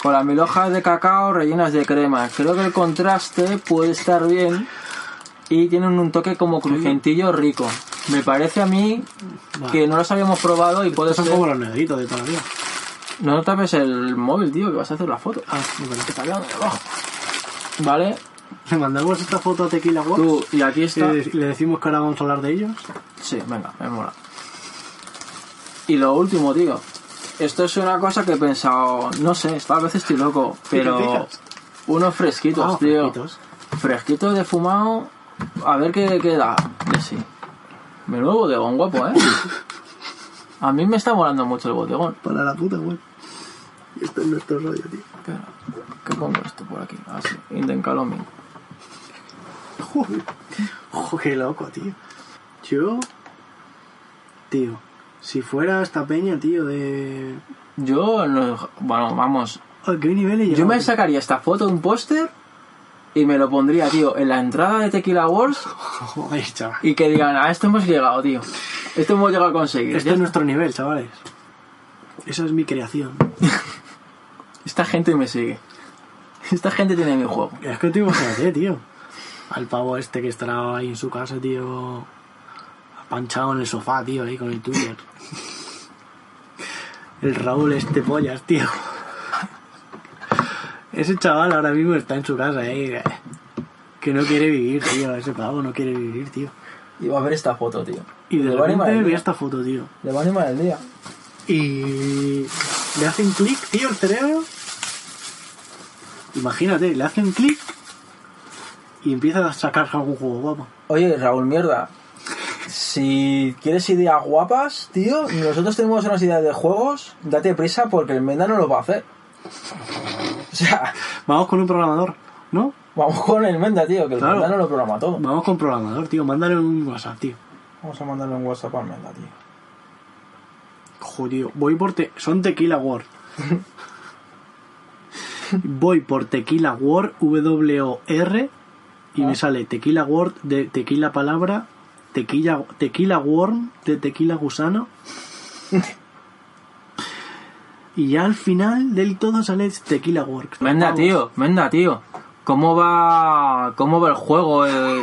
A: Con las mil hojas de cacao rellenas de crema. Creo que el contraste puede estar bien y tienen un toque como crujentillo rico. Me parece a mí
B: Vale.
A: que no los habíamos probado y puede
B: son
A: ser...
B: como los negritos de toda la vida.
A: No tapes el móvil, tío, que vas a hacer la foto.
B: Ah, no, pero
A: Que te había dado abajo. Vale,
B: Le mandamos esta foto a Tequila Wax
A: tú, y aquí
B: y
A: está...
B: le, le decimos que ahora vamos a hablar de ellos.
A: Sí, venga, me mola. Y lo último, tío. Esto es una cosa que he pensado, no sé, tal vez estoy loco,
B: ¿Qué
A: pero
B: dices?
A: unos fresquitos,
B: Ah,
A: tío.
B: fresquitos.
A: Fresquitos de fumado, a ver qué queda. Que sí. Menudo bodegón guapo, ¿eh? a mí me está molando mucho el bodegón.
B: Para la puta, güey. Este es nuestro rollo, tío.
A: ¿Qué, qué pongo esto por aquí? Ah, Así, Indian Calomi.
B: Joder. Joder, qué loco, tío. Yo. Tío, si fuera esta peña, tío, de.
A: Yo, no- bueno, vamos,
B: ¿A qué nivel he
A: Yo
B: llegado,
A: me
B: tío?
A: sacaría esta foto de un póster y me lo pondría, tío, en la entrada de Tequila Wars
B: Joder, chaval.
A: y que digan, a esto hemos llegado, tío. Esto hemos llegado a conseguir.
B: Este
A: Ya-
B: es nuestro nivel, chavales. Esa es mi creación.
A: Esta gente me sigue. Esta gente tiene mi juego.
B: Es que te imagínate, tío. Al pavo este que estará ahí en su casa, tío. Apanchado en el sofá, tío, ahí con el Twitter. El Raúl este pollas, tío. Ese chaval ahora mismo está en su casa, eh. Que no quiere vivir, tío. Ese pavo no quiere vivir, tío.
A: Y va a ver esta foto, tío.
B: Y de
A: Le va a animar
B: repente
A: el
B: ve
A: día.
B: esta foto, tío.
A: Le va a animar el día.
B: Y le hace un clic, tío, el cerebro. Imagínate, le hace un clic y empieza a sacar algún juego guapo.
A: Oye, Raúl, mierda. Si quieres ideas guapas, tío, nosotros tenemos unas ideas de juegos, date prisa porque el Menda no los va a hacer. O sea,
B: Vamos con un programador, ¿no?
A: vamos con el Menda, tío, que el
B: Claro.
A: Menda no lo programa todo.
B: Vamos con programador, tío. Mándale un WhatsApp, tío.
A: Vamos a mandarle un WhatsApp al Menda, tío.
B: Jodido, voy por te son Tequila War. voy por Tequila War W O R y me sale Tequila Word de Tequila palabra, Tequila Tequila Worm de Tequila gusano. y ya al final del todo sale Tequila Works.
A: Menda,
B: Vamos.
A: tío, Menda, tío. ¿Cómo va, cómo va el juego? eh?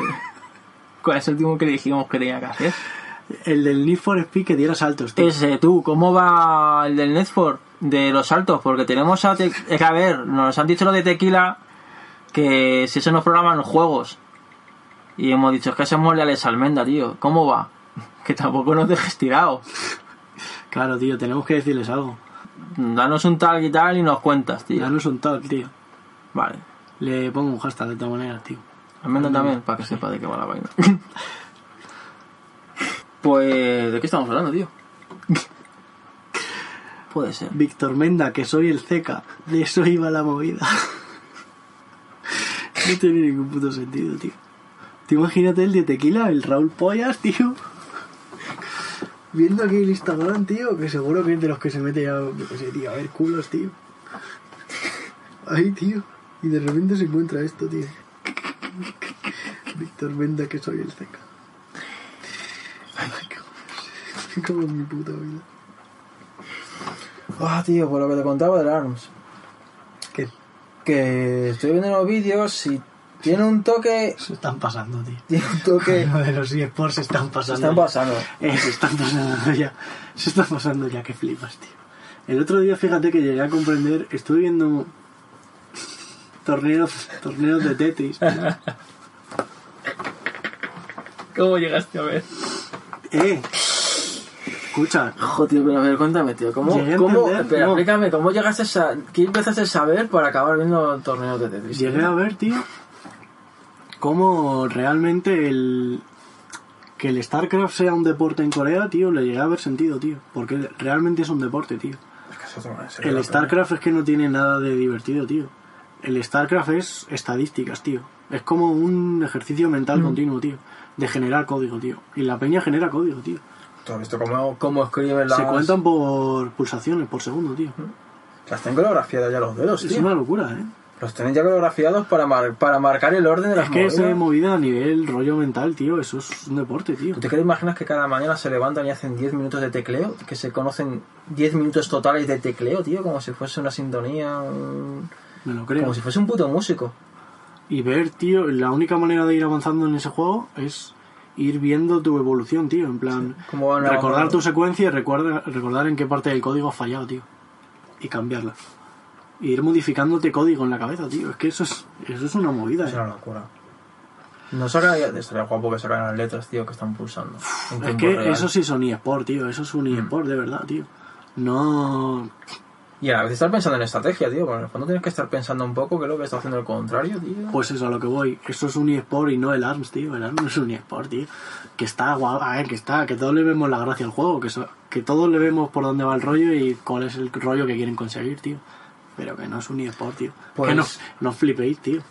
A: ¿Cuál es el último que le dijimos que tenía que hacer?
B: El del Need for Speed que diera saltos, tío.
A: Ese, tú, ¿cómo va el del Netford? De los saltos, porque tenemos a... Te- es que, a ver, nos han dicho lo de Tequila, que si eso nos programan los juegos. Y hemos dicho, es que somos leales a Menda, tío. ¿Cómo va? Que tampoco nos dejes tirado.
B: Claro, tío, tenemos que decirles algo.
A: Danos un tal y tal y nos cuentas, tío.
B: Danos un tal, tío.
A: Vale.
B: Le pongo un hashtag de todas maneras, tío.
A: Almendra también, para que sepa de qué va la vaina. pues, ¿de qué estamos hablando, tío? Puede ser.
B: Víctor Menda, que soy el ceca. De eso iba la movida. No tiene ningún puto sentido, tío. Te imagínate el de tequila, el Raúl Pollas, tío. Viendo aquí el Instagram, tío, que seguro que es de los que se mete a, yo qué sé, tío, a ver culos, tío. Ay, tío. Y de repente se encuentra esto, tío. Víctor Menda, que soy el ceca. Ay, qué Como en mi puta vida.
A: Ah, tío, por lo que te contaba del ARMS.
B: ¿Qué?
A: Que estoy viendo unos vídeos y
D: Tiene un toque.
B: Se están pasando, tío.
D: Tiene un toque.
B: Lo de los eSports se están
D: Se
B: pasando.
D: están
B: ya.
D: pasando.
B: Eh, se están pasando ya. Se están pasando ya, que flipas, tío. El otro día, fíjate que llegué a comprender, estuve viendo torneos, torneos de Tetris.
A: ¿Cómo llegaste a ver?
B: Eh, escucha,
D: Joder, tío, pero a ver, cuéntame, tío. ¿Cómo,
B: Llegué a
D: cómo,
B: entender,
D: espera,
B: no.
D: explícame, ¿cómo llegaste a. ¿Qué empezaste a saber para acabar viendo torneos de Tetris?
B: llegué a ver, tío, cómo realmente el. Que el StarCraft sea un deporte en Corea, tío, le llegué a haber sentido, tío. Porque realmente es un deporte, tío. El StarCraft es que no tiene nada de divertido, tío. El StarCraft es estadísticas, tío. Es como un ejercicio mental continuo, tío. De generar código, tío. Y la peña genera código, tío.
E: ¿Tú has visto cómo
D: ¿Cómo escribe las.
B: Se cuentan por pulsaciones por segundo, tío.
D: Las tengo coreografiadas ya los dedos,
B: Es una locura, ¿eh?
D: Los tenéis ya coreografiados para, mar- para marcar el orden de las
B: Es que esa
D: movidas.
B: movida a nivel rollo mental, tío, eso es un deporte, tío.
D: ¿Tú te crees, imaginas que cada mañana se levantan y hacen 10 minutos de tecleo? Que se conocen 10 minutos totales de tecleo, tío, como si fuese una sintonía, un-
B: Me lo
D: como
B: creo.
D: si fuese un puto músico.
B: Y ver, tío, la única manera de ir avanzando en ese juego es ir viendo tu evolución, tío. En plan,
D: Como van
B: recordar
D: avanzando.
B: tu secuencia y recuerda- recordar en qué parte del código has fallado, tío. Y cambiarla. Y ir modificándote código en la cabeza, tío. Es que eso es, eso es una movida,
E: es
B: eh.
E: una locura?
D: No saca
E: Estaría guapo que sacaran las letras, tío, que están pulsando. En
B: Es
E: tiempo
B: que
E: real.
B: eso sí son eSport, tío. Eso es un eSport, de verdad, tío. No.
D: Y a la vez estar pensando en estrategia, tío, porque en el fondo tienes que estar pensando un poco que es lo que está haciendo el contrario, tío.
B: Pues eso, a lo que voy. Eso es un eSport y no el ARMS, tío. El ARMS no es un eSport, tío. Que está guau. A ver, que está. Que todos le vemos la gracia al juego. Que, so- que todos le vemos por dónde va el rollo y cuál es el rollo que quieren conseguir, tío. Pero que no es un eSport, tío.
D: Pues-
B: Que no, no flipéis, tío.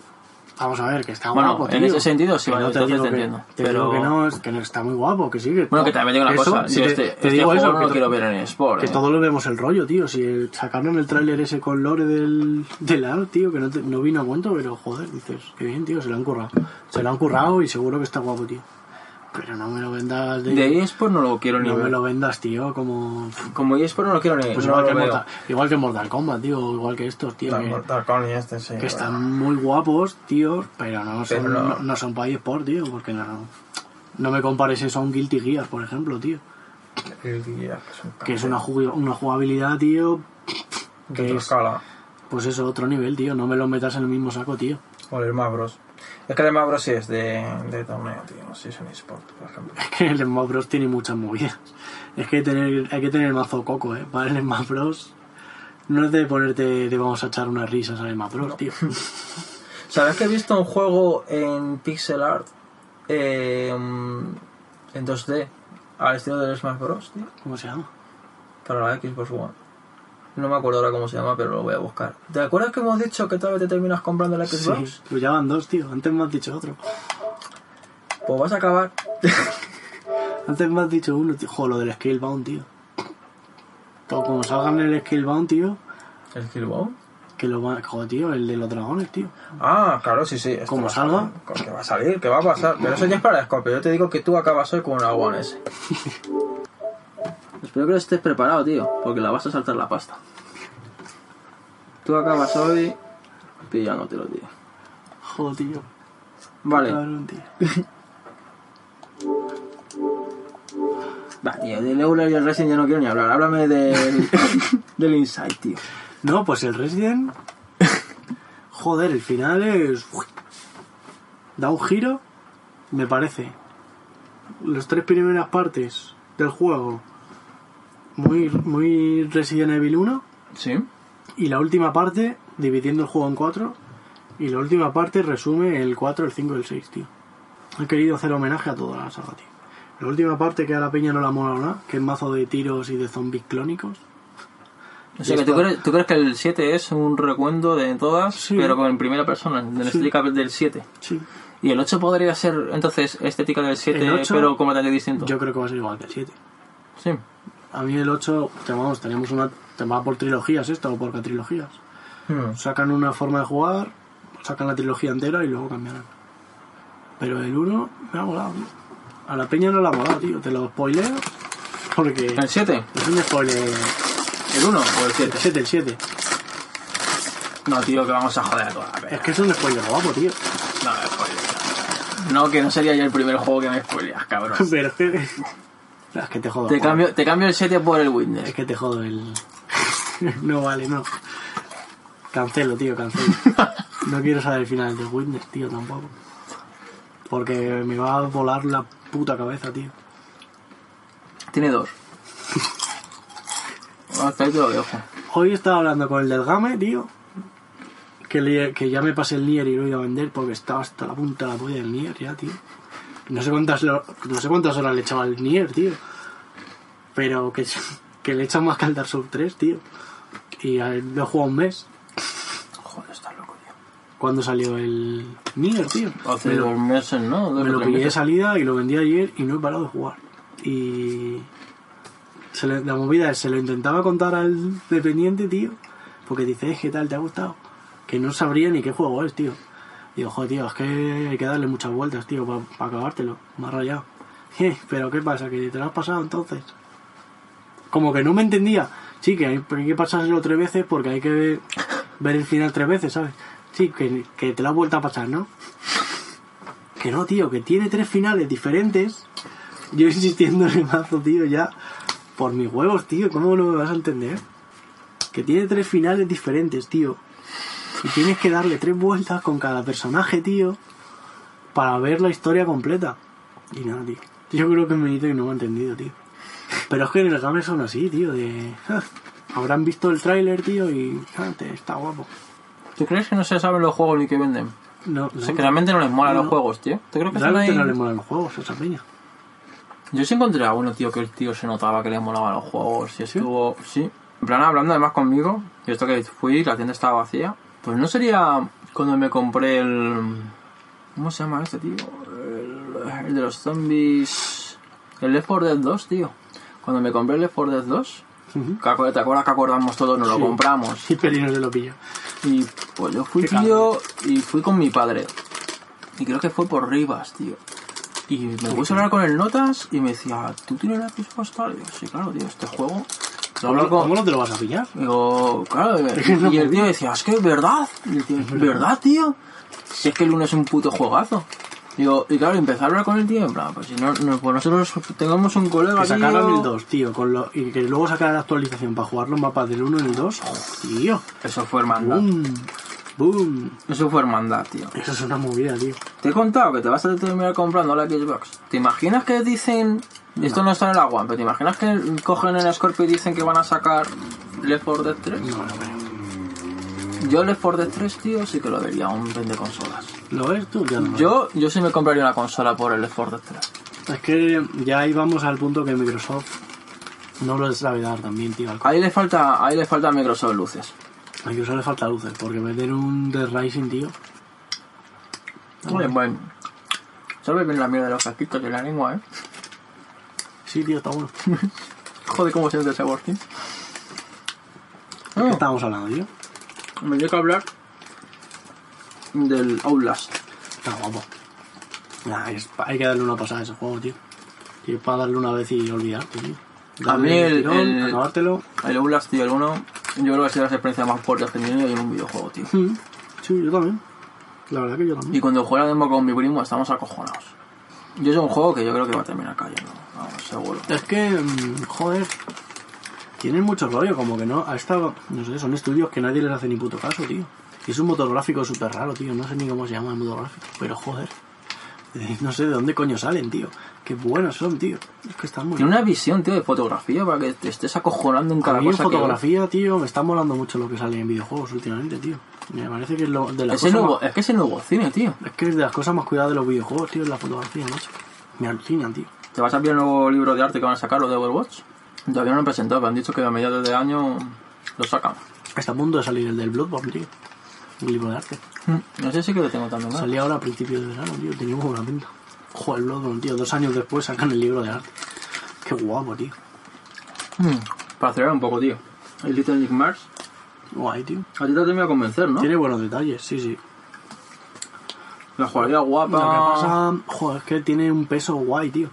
B: Vamos a ver, que está
A: Bueno,
B: guapo, tío.
A: en ese sentido, sí,
B: Que
A: entonces
B: digo
A: te
B: que-
A: entiendo.
B: te
A: Pero-
B: digo que no, es- que no está muy guapo, que sí. Que
A: Bueno, que también digo una
B: Eso,
A: cosa.
B: si
A: yo
B: te-
A: este,
B: te
A: este
B: digo
A: juego
B: eso,
A: no
B: que
A: lo
B: to-
A: quiero ver en Sport.
B: que
A: eh.
B: todos le vemos el rollo, tío. Si sacaron el tráiler ese con lore del, del AR, tío, que no, te- no vino a cuento, pero joder, dices, qué bien, tío, se lo han currado. Se lo han currado y seguro que está guapo, tío. Pero no me lo vendas de...
A: De eSport no lo quiero ni
B: no me
A: ver.
B: lo vendas, tío, como...
D: Como eSport no lo quiero ni
B: Pues
D: no
B: igual,
D: lo
B: que
D: veo.
B: Mortal, igual que Mortal Kombat, tío, o igual que estos, tío,
E: Tal-
B: que,
E: tal cual, y este, sí,
B: que
E: bueno.
B: están muy guapos, tío, pero no son,
E: Pero no.
B: no, no son país por, tío, porque no... No me compares eso a un Guilty Gear, por ejemplo, tío.
E: El guía, que es un
B: Que es
E: cambio.
B: una, jugu- una jugabilidad, tío,
E: De
B: que
E: otra
B: es-
E: escala.
B: Pues eso, otro nivel, tío. No me lo metas en el mismo saco, tío.
E: O el Mabros. Es que el Mabros sí es de, de torneo, tío. No sé si es un eSport, por ejemplo.
B: Es que el Smash Bros. tiene muchas movidas. Es que tener, hay que tener mazo coco, ¿eh? Para el Smash Bros. No es de ponerte, te vamos a echar unas risas al Smash Bros, tío.
D: ¿Sabes que he visto un juego en pixel art eh, en 2D al estilo del Smash Bros, tío?
B: ¿Cómo se llama?
D: Para la Xbox One. No me acuerdo ahora cómo se llama, pero lo voy a buscar. ¿Te acuerdas que hemos dicho que tal vez te terminas comprando la
B: Sí,
D: Xbox?
B: pues ya van dos, tío. Antes me has dicho otro.
D: Pues vas a acabar.
B: Antes me has dicho uno, tío. Joder, lo del Scalebound, tío. Todo como salgan el Scalebound, tío.
D: ¿El Killbone?
B: Que lo van. Joder, tío, el de los dragones, tío.
E: Ah, claro, sí, sí. esto
B: ¿Cómo
E: va a
B: salga?
E: salir, Que va a salir, que va a pasar. Pero eso ya es para Scorpio. Yo te digo que tú acabas hoy con una One S.
A: Espero que estés preparado, tío, porque la vas a saltar la pasta. Tú acabas hoy pillándotelo, tío.
B: Joder, tío.
A: Vale,
B: Cabrón, tío.
A: va, tío, del Euler y el Racing ya no quiero ni hablar. Háblame del, del Inside, tío.
B: No, pues el Resident. Joder, el final es. uy, Da un giro, me parece. Las tres primeras partes del juego. Muy, muy Resident Evil 1.
A: Sí.
B: Y la última parte, dividiendo el juego en cuatro. Y la última parte resume el 4, el 5 y el 6, tío. He querido hacer homenaje a toda la saga, tío. La última parte que a la peña no la mola nada, que es mazo de tiros y de zombies clónicos.
A: O sea, que tú, crees, tú crees que el 7 es un recuento de todas,
B: Sí.
A: pero con en primera persona, en el
B: Sí.
A: stick up del 7.
B: Sí.
A: ¿Y el 8 podría ser entonces estética del 7,
B: El ocho,
A: pero completamente distinto?
B: Yo creo que va a ser igual que el 7.
A: Sí.
B: A mí el 8, te- vamos, tenemos una. Te va por trilogías esto, o por catrilogías. Sacan una forma de jugar, sacan la trilogía entera y luego cambiarán. Pero el 1 me ha molado, tío. A la peña no la ha molado, tío. Te lo spoileo porque
A: ¿El 7?
B: es un spoiler.
A: ¿El 1 o el
B: El
A: 7?
B: 7, el 7.
A: No, tío, que vamos a joder a toda la peña.
B: Es que es un spoiler guapo, tío.
A: No me spoileas. No, que no sería yo el primer juego que me spoileas, cabrón.
B: Pero No, es que te jodo.
A: Te
B: joder.
A: cambio, te cambio el 7 por el Witness.
B: Es que te jodo el. no vale, no. Cancelo, tío, cancelo. no quiero saber el final de Witness, tío, tampoco. Porque me va a volar la puta cabeza, tío.
A: Tiene dos. Bueno, Hasta ahí te lo dejo.
B: Hoy estaba hablando con el del Game, tío. Que, le- que ya me pasé el Nier y lo he ido a vender porque estaba hasta la punta de la polla del Nier ya, tío. No sé cuántas, lo- no sé cuántas horas le echaba al Nier, tío. Pero que, que le echan más que al Dark Souls 3, tío. Y a- lo he jugado un mes.
A: Joder, estás loco, tío.
B: cuando salió el Nier, tío.
A: Hace
B: Me lo,
A: dos meses, ¿no? Dos
B: me
A: o
B: lo
A: tres
B: pillé de
A: meses.
B: salida y lo vendí ayer y no he parado de jugar. Y se le- la movida es, se lo intentaba contar al dependiente, tío, porque dice, "Eh, ¿qué tal? ¿Te ha gustado? Que no sabría ni qué juego es, tío. Y digo, joder, tío, es que hay que darle muchas vueltas, tío, para acabártelo. Me ha rayado. "Je, Pero ¿qué pasa? ¿Que te lo has pasado entonces? Como que no me entendía. Sí, que hay, hay que pasárselo tres veces porque hay que ver, ver el final tres veces, ¿sabes? Sí, que, que te lo has vuelto a pasar, ¿no? Que no, tío, que tiene tres finales diferentes. Yo insistiendo en el mazo, tío, ya. Por mis huevos, tío, ¿cómo no me vas a entender? Que tiene tres finales diferentes, tío. Y tienes que darle tres vueltas con cada personaje, tío. Para ver la historia completa. Y nada, tío. Yo creo que me y no me ha entendido, tío. Pero es que en el game son así, tío. De... "Ah, Habrán visto el tráiler, tío, y... "Ah, te- está guapo.
A: ¿Tú crees que no se saben los juegos ni que venden?
B: No,
A: O
B: no.
A: sea, que realmente no les mola
B: No,
A: los
B: no.
A: juegos, tío. ¿Tú crees que están
B: Realmente
A: ahí?
B: no le molan los juegos a esa peña.
A: Yo sí encontré a uno, tío, que el tío se notaba que le molaban los juegos. Y estuvo. Sí. En plan, hablando además conmigo, y esto que fui, la tienda estaba vacía. Pues no sería cuando me compré el. ¿Cómo se llama este, tío? El, el de los zombies. El Left 4 Dead 2, tío. Cuando me compré el Left 4 Dead 2,
B: Ujú.
A: que acu- ¿te acuerdas que acordamos todos? Nos
B: Sí.
A: lo compramos.
B: Sí, pero no se lo pillo.
A: Y pues yo fui,
B: Qué
A: tío, y fui con mi padre. Y creo que fue por Rivas, tío. Y me puse a hablar con el Notas y me decía, ¿tú tienes lápiz postal? Y yo, sí, claro, tío, este juego. Lo hablo
B: ¿Cómo
A: con...
B: no te lo vas a pillar?
A: Digo, claro, y el tío decía, es que es verdad. Y el tío, "¿Es ¿verdad, tío? Si es que el uno es un puto juegazo. Digo, y claro, empecé a hablar con el tío, en plan, pues si no, no, pues nosotros tengamos un colega,
B: Que sacaran
A: tío".
B: el 2, tío, con lo, y que luego sacaran la actualización para jugar los mapas del 1 y el 2. Tío,
A: Eso fue hermandad.
B: boom, boom.
A: Eso fue hermandad, tío.
B: Eso es una movida, tío.
A: Te he contado que te vas a terminar comprando la Xbox. ¿Te imaginas que dicen... Esto no está en el agua, pero ¿te imaginas que cogen el Scorpio y dicen que van a sacar Left 4 Dead 3?
B: No, no, creo.
A: Yo Left 4 Dead 3, tío, sí que lo vería a un vende consolas.
B: ¿Lo ves tú? Ya no lo
A: Yo, yo sí me compraría una consola por el Left 4 Dead 3.
B: veo. Es que ya ahí vamos al punto que Microsoft no lo sabe dar también, tío. al co-
A: Ahí le falta, ahí le falta a Microsoft luces.
B: A Microsoft le falta luces, porque meter un The Rising, tío.
A: Bueno, bueno. Sabe bien la mierda de los casquitos de la lengua, ¿eh?
B: Sí, tío, está bueno.
A: Joder, cómo siente ese sabor, tío.
B: ¿Qué
A: Ah.
B: estábamos hablando, tío?
A: Me dio que hablar del Outlast.
B: Está guapo. Nah, es pa- hay que darle una pasada a ese juego, tío. Y es para darle una vez y olvidarte, tío.
A: A mí
B: Darle
A: el-
B: tirón,
A: el-
B: acabártelo.
A: El Outlast, tío, el 1, yo creo que ha sido las experiencias más fuertes que he tenido yo en un videojuego, tío.
B: Mm, Sí, yo también. La verdad que yo también.
A: Y cuando jugué la demo con mi primo, estamos acojonados. Yo es un juego que yo creo que va a terminar cayendo, vamos, seguro.
B: Es que, mm, joder, tienen mucho rollo, como que no. A esta, no sé, son estudios que nadie les hace ni puto caso, tío. Y es un motor gráfico súper raro, tío. No sé ni cómo se llama el motor gráfico, pero joder. eh, No sé de dónde coño salen, tío. Qué buenos son, tío. Es que están muy
A: Tiene una visión, tío, de fotografía para que te estés acojonando en cada
B: A mí en
A: cosa que
B: fotografía, tío, me está molando mucho lo que sale en videojuegos últimamente, tío. Me parece que es lo, de
A: ves.
B: las
A: Es el,
B: cosas
A: nuevo,
B: más-
A: es que es el nuevo cine, tío.
B: es que es de las cosas más cuidadas de los videojuegos, tío, es la fotografía, macho. Me alucinan, tío.
A: ¿Te vas a ver el nuevo libro de arte que van a sacar, lo de Overwatch? Todavía no lo han presentado, pero han dicho que a mediados de año lo sacan.
B: Está a punto de salir el del Bloodborne, tío. Un libro de arte. Mm.
A: No sé si que lo tengo tanto mal.
B: Salía ahora a principios de verano, tío. Tenía muy buena pinta. Joder, Bloodborne, tío. Dos años después sacan el libro de arte. Qué guapo, tío.
A: Mm, Para acelerar un poco, tío. El Little Nick Mars.
B: Guay, tío.
A: A ti te ha terminado de convencer, ¿no?
B: Tiene buenos detalles, sí, sí.
A: La jugaría guapa.
B: Lo que pasa, joder, es que tiene un peso guay, tío.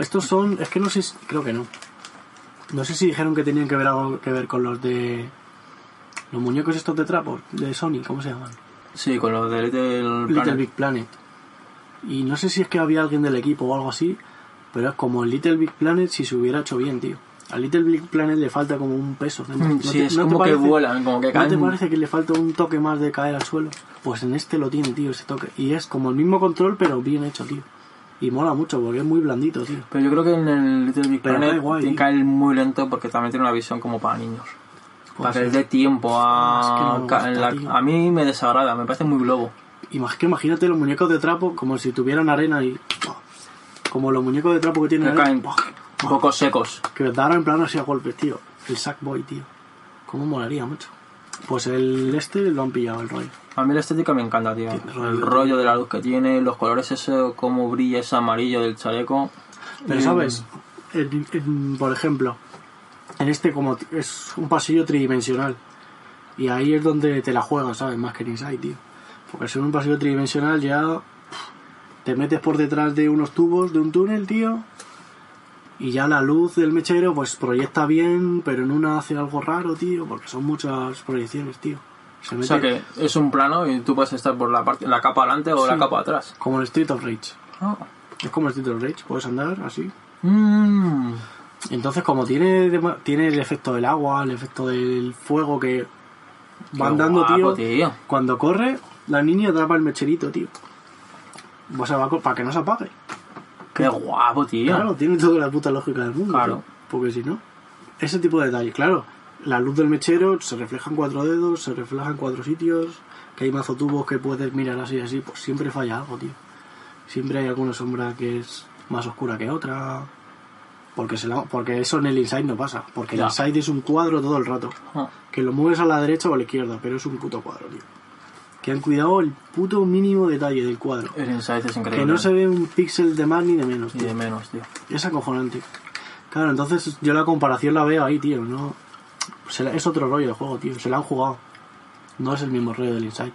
B: Estos son, es que no sé, si- creo que no. No sé si dijeron que tenían que ver algo que ver con los de los muñecos estos de trapo de Sony, ¿cómo se llaman?
A: Sí, con los de Little
B: Little
A: Planet.
B: Big Planet. Y no sé si es que había alguien del equipo o algo así, pero es como el Little Big Planet si se hubiera hecho bien, tío. Al Little Big Planet le falta como un peso. ¿no? ¿No
A: Mm, sí,
B: te-
A: es
B: no te
A: como que
B: parece-
A: vuelan, como que
B: ¿No
A: caen.
B: te parece que le falta un toque más de caer al suelo? Pues en este lo tiene, tío, ese toque. Y es como el mismo control, pero bien hecho, tío. Y mola mucho porque es muy blandito, tío.
A: Pero yo creo que en el Little Big
B: Pero
A: Planet
B: da igual,
A: tiene
B: ¿eh?
A: que caer muy lento porque también tiene una visión como para niños. para
B: Pues
A: que les
B: sí.
A: dé tiempo a...
B: Es que no me
A: ca-
B: gusta,
A: en la-
B: tío.
A: a mí me desagrada, me parece muy globo.
B: Imag- que imagínate los muñecos de trapo como si tuvieran arena y. Como los muñecos de trapo que tienen
A: Me
B: arena.
A: caen
B: ¡buah!
A: un poco secos.
B: Que dar en plano así a golpes, tío. El Sackboy, tío. ¿Cómo molaría mucho? Pues el este lo han pillado el rollo.
A: A mí la estética me encanta, tío.
B: Tiene rollo,
A: El
B: tío.
A: rollo de la luz que tiene, los colores, eso, cómo brilla ese amarillo del chaleco.
B: Pero
A: Y-
B: sabes, El- el- por ejemplo, en este como t- es un pasillo tridimensional. Y ahí es donde te la juegas, ¿sabes? Más que en Inside, tío. Porque si en un pasillo tridimensional ya pff, te metes por detrás de unos tubos, de un túnel, tío. Y ya la luz del mechero pues proyecta bien, pero en una hace algo raro, tío. Porque son muchas proyecciones, tío. Se
A: O
B: mete
A: sea que es un plano y tú puedes estar por la parte, la capa delante o la
B: Sí.
A: capa atrás.
B: Como el Street of Rage.
A: Ah.
B: Es como el Street of Rage, puedes andar así.
A: Mm.
B: Entonces, como tiene, dema- tiene el efecto del agua, el efecto del fuego que van
A: Qué
B: dando,
A: guapo,
B: tío,
A: tío.
B: Cuando corre, la niña atrapa el mecherito, tío. O sea, va co- para que no se apague.
A: Qué guapo, tío.
B: Claro, tiene toda la puta lógica del mundo.
A: Claro.
B: tío. Porque si no, ese tipo de detalles, claro. La luz del mechero se refleja en cuatro dedos, se refleja en cuatro sitios, que hay mazo tubos que puedes mirar así así, pues siempre falla algo, tío. Siempre hay alguna sombra que es más oscura que otra. Porque, se la- porque eso en el inside no pasa. Porque
A: Ya.
B: el inside es un cuadro todo el rato.
A: Ah.
B: Que lo mueves a la derecha o a la izquierda, pero es un puto cuadro, tío. Que han cuidado el puto mínimo detalle del cuadro.
A: El Inside es increíble. ¿eh?
B: Que no se ve un píxel de más ni de menos,
A: Y
B: tío.
A: de menos, tío.
B: Es acojonante. Claro, entonces yo la comparación la veo ahí, tío. No, Se la- es otro rollo de juego, tío. Se la han jugado. No es el mismo rollo del Inside.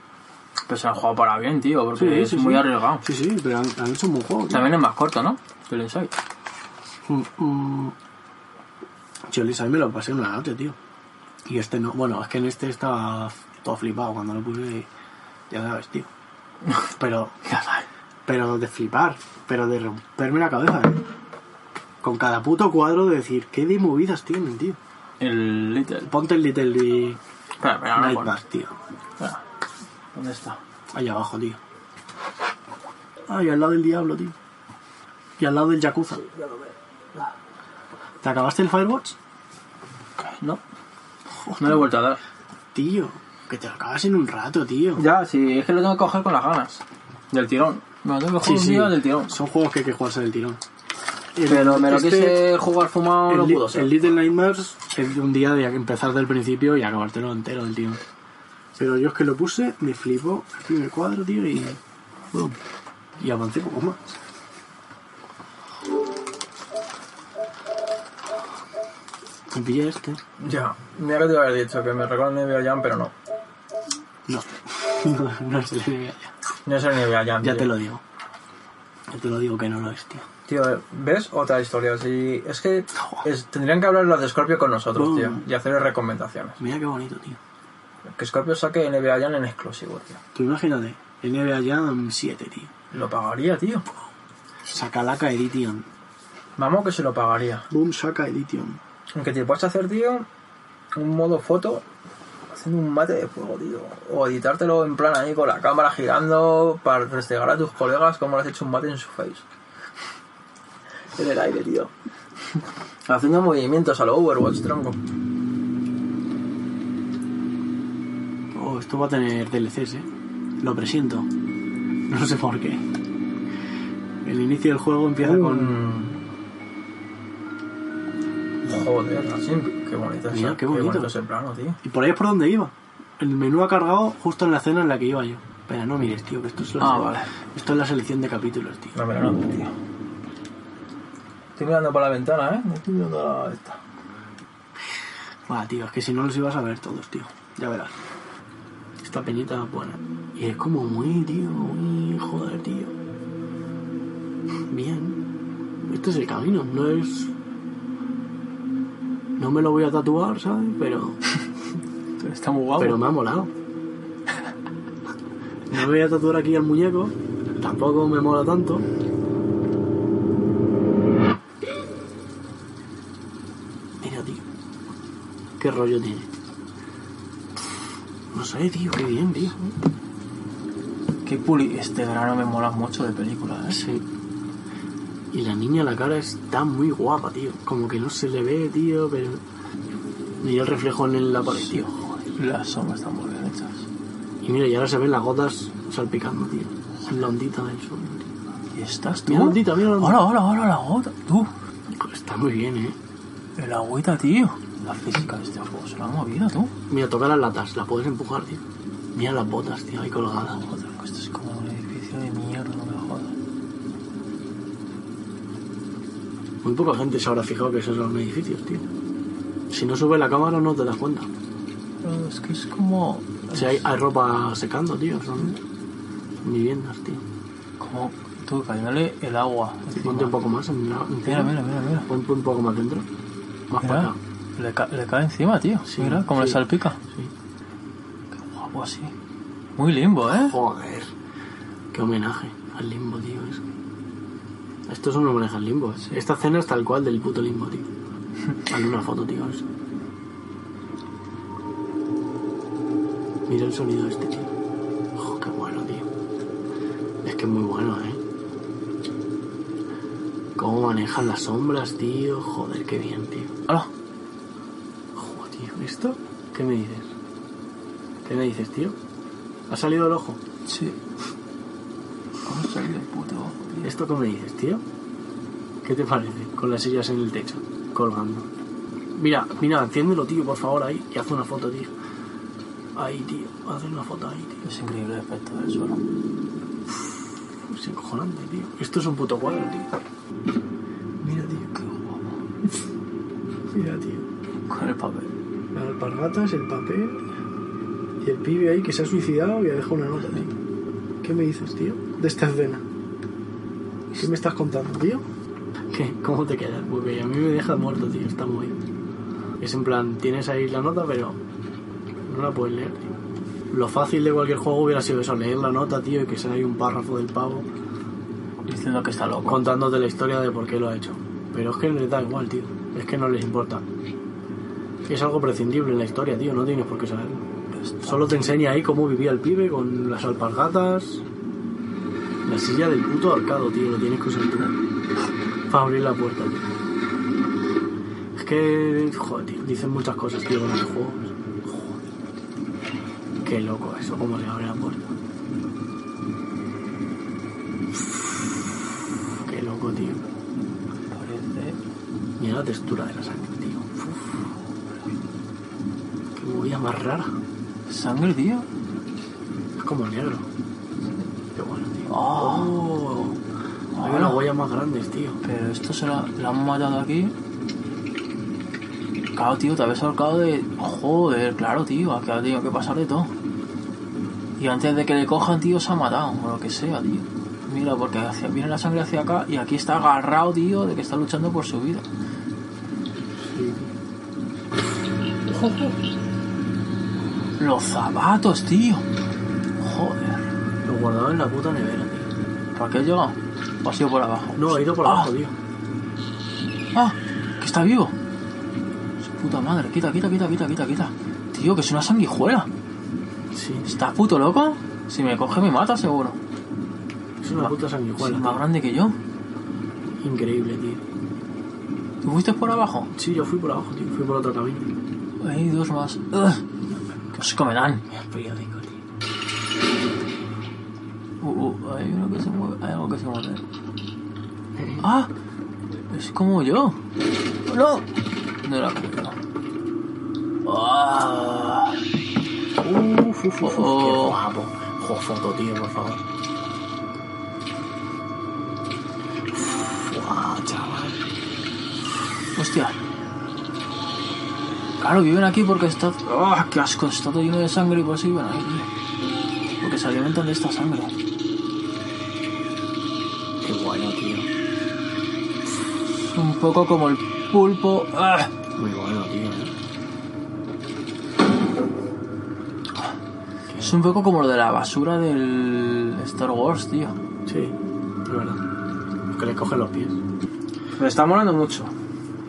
A: Pero se han jugado para bien, tío, porque
B: Sí,
A: es
B: sí,
A: muy
B: sí.
A: arriesgado.
B: Sí, sí, pero han, han hecho un buen juego. tío.
A: También es más corto, ¿no? Que el Inside.
B: Mm, mm. Yo el Inside me lo pasé en una noche, tío. Y este no. Bueno, es que en este estaba f- todo flipado cuando lo puse. Ya sabes, tío. Pero,
A: Ya sabes.
B: pero de flipar. Pero de romperme la cabeza, eh. Con cada puto cuadro de decir, ¿qué de movidas tienen, tío?
A: El Little.
B: Ponte el Little Big
A: Espera, espera, no,
B: Night
A: por-
B: Bus, tío.
A: espera. ¿Dónde está?
B: Ahí abajo, tío. Ay, al lado del diablo, tío. Y al lado del Yakuza. ¿Te acabaste el Firewatch?
A: No. No le he vuelto a dar.
B: Tío, que te lo acabas en un rato, tío.
A: Ya, sí, es que lo tengo que coger con las ganas. Del tirón. Me lo tengo que
B: Sí,
A: jugar un
B: sí.
A: día del tirón.
B: Son juegos que hay que jugarse del tirón. El-
A: Pero me lo
B: este-
A: quise jugar fumado,
B: el,
A: no
B: Li-
A: pudo ser.
B: el Little Nightmares es de un día de empezar del principio y acabártelo entero del tirón. Pero yo es que lo puse, me flipó el primer cuadro, tío, y. boom. Y avancé poco más. Me pillé este.
D: Ya, mira que te iba a haber dicho que me recuerda a NBA Jam, pero no.
B: No. no, no es el NBA ya.
D: No es el NBA Jam.
B: Ya
D: tío.
B: te lo digo. Ya te lo digo que no lo es, tío.
D: Tío, ¿ves? Otra historia. Sí, es que es- tendrían que hablar los de Scorpio con nosotros, tío. Y hacerles recomendaciones.
B: Mira qué bonito, tío.
D: Que Scorpio saque NBA Jam en exclusivo, tío.
B: Tú imagínate, NBA Jam 7, tío.
D: Lo pagaría, tío.
B: Sakalaka Edition.
D: Vamos que se lo pagaría.
B: Boom Shaka Edition.
D: Aunque te puedas hacer, tío, un modo foto haciendo un mate de fuego, tío. O editártelo en plan ahí con la cámara girando para restregar a tus colegas cómo le has hecho un mate en su face. En el aire, tío. Haciendo movimientos a lo Overwatch, tronco.
B: Oh, esto va a tener DLCs, eh. Lo presiento. No sé por qué. El inicio del juego empieza
A: Uh.
B: con.
D: Mm. Joder, así, qué bonito es
B: Mira,
D: el-
B: qué bonito.
D: es el plano, tío.
B: Y por ahí es por donde iba. El menú ha cargado justo en la escena en la que iba yo. Pero no mires, tío, que esto es la,
A: Ah, vale.
B: esto es la selección de capítulos, tío.
D: No me lo noto, tío. Estoy mirando por la ventana, ¿eh? No Estoy mirando a la esta.
B: Buah, tío, es que si no los ibas a ver todos, tío. Ya verás. Esta peñita es buena. Y es como muy, tío, muy joder, tío. Bien. Este es el camino, no es. No me lo voy a tatuar, ¿sabes? Pero.
A: Está muy guapo.
B: Pero me ha molado. Me voy a tatuar aquí al muñeco. Tampoco me mola tanto. Mira, tío. ¿Qué rollo tiene? No sé, tío. Qué bien, tío.
A: Qué puli. Este verano me mola mucho de películas, ¿eh?
B: Sí. Y la niña, la cara está muy guapa, tío. Como que no se le ve, tío, pero. Mira el reflejo en la pared, tío.
A: Las sombras están muy bien hechas.
B: Y mira, y ahora se ven las gotas salpicando, tío. En la ondita del sol. tío.
A: ¿Y estás tú?
B: Mira la ondita, mira la ondita.
A: Hola, hola, hola, la gota. Tú,
B: Está muy bien, eh.
A: el agüita, tío. La física de este juego se la ha movido, tú.
B: Mira, toca las latas, las puedes empujar, tío. Mira las botas, tío, ahí colgadas.
A: Joder, esto es como un edificio de mierda, no me jodas.
B: Muy poca gente se habrá fijado que esos son edificios, tío. Si no sube la cámara no te das cuenta.
A: Pero es que es como.
B: O sea, hay, hay ropa secando, tío. Son, son viviendas, tío.
A: Como tú cayéndole el agua. encima.
B: Ponte un poco más en la...
A: Mira, mira, mira, mira.
B: Ponte un poco más dentro. Más para
A: Mira,
B: acá.
A: le, ca- le cae encima, tío.
B: Sí,
A: mira cómo le
B: sí.
A: salpica.
B: Sí.
A: Qué guapo así. Muy limbo, ¿eh?
B: Joder. Qué homenaje al limbo, tío. eso. Esto es un homenaje al limbo. eh. Esta escena es tal cual del puto limbo, tío. Hazle una foto, tío. eso. Mira el sonido este, tío. Oh, qué bueno, tío. Es que es muy bueno, eh. Cómo manejan las sombras, tío. Joder, qué bien, tío.
A: Hola.
B: Joder, tío. ¿Esto? ¿Qué me dices? ¿Qué me dices, tío? ¿Ha salido el ojo?
A: Sí. ¿Cómo salió el puto? tío?
B: ¿Esto qué me dices, tío? ¿Qué te parece? Con las sillas en el techo, colgando. Mira, mira, enciéndelo, tío, por favor, ahí, y haz una foto, tío. Ahí, tío, haz una foto ahí, tío.
A: Es increíble el efecto del suelo.
B: Es encojonante, tío. Esto es un puto cuadro, tío. Mira, tío,
A: Qué guapo.
B: mira, tío.
A: Oh, Con el papel.
B: Las alpargatas, el papel y el pibe ahí que se ha suicidado y ha dejado una nota, tío. ¿Qué me dices, tío, de esta escena? ¿Qué me estás contando, tío? ¿Qué? ¿Cómo te quedas? Porque a mí me deja muerto, tío. Está muy... Es en plan, tienes ahí la nota, pero no la puedes leer, tío. Lo fácil de cualquier juego hubiera sido eso, leer la nota, tío, y que sea ahí un párrafo del pavo
A: Diciendo que está loco.
B: contándote la historia de por qué lo ha hecho. Pero es que les da igual, tío. Es que no les importa. Es algo prescindible en la historia, tío. No tienes por qué saberlo. Solo te enseña ahí cómo vivía el pibe con las alpargatas. La silla del puto arcado, tío. Lo tienes que usar tú. Para abrir la puerta, tío. Es que, joder, tío. Dicen muchas cosas, tío, con los juegos. Joder. Qué loco eso, cómo le abre la puerta. Qué loco, tío.
A: Parece.
B: Mira la textura de la sangre, tío. Uf. Qué movida más rara.
A: ¿Sangre, tío?
B: Es como negro. Qué bueno, tío.
A: Oh.
B: Hay unas huellas más grandes, tío.
A: Pero esto se la, la han matado aquí. Claro, tío, te habías ahorcado de. Joder, claro, tío, ha quedado- tenido que pasar de todo. Y antes de que le cojan, tío, se ha matado, o lo que sea, tío. Mira, porque hacia- viene la sangre hacia acá y aquí está agarrado, tío, de que está luchando por su vida.
B: Sí.
A: Los zapatos, tío. Joder.
B: Lo guardaba en la puta nevera, tío.
A: ¿Por qué he llegado? ¿O ha sido por abajo?
B: No, he ido por
A: Ah,
B: abajo, tío.
A: ¡Ah! ¡Que está vivo! Su puta madre, quita, quita, quita, quita, quita, quita. Tío, que es una sanguijuela.
B: Sí.
A: ¿Estás puto loco? Si me coge me mata seguro.
B: Es una puta sanguijuela.
A: Es más
B: tío.
A: grande que yo.
B: Increíble, tío.
A: ¿Tú fuiste por abajo?
B: Sí, yo fui por abajo, tío. Fui por otro camino.
A: Hay dos más. ¡Ugh! ¡Qué asco me dan!
B: Mira el periódico, tío.
A: Uh, uh, hay uno que se mueve. Hay algo que se mueve. ¡Ah! Es como yo. ¡No! No era como yo. ¡Ah!
B: Uf, uf, uf, uf. Qué
A: Oh.
B: guapo. Jo, foto, tío, por favor. Guau, chaval.
A: ¡Hostia! Claro, viven aquí porque está. ¡Ah! ¡Qué asco! Está todo lleno de sangre y por eso viven ahí, tío. Porque se alimentan de esta sangre.
B: Qué bueno, tío.
A: Es un poco como el pulpo. ¡Ah!
B: Muy bueno, tío. ¿eh? Qué
A: Es un poco como lo de la basura del Star Wars, tío.
B: Sí, es verdad. Que le cogen los pies.
D: Me está molando mucho.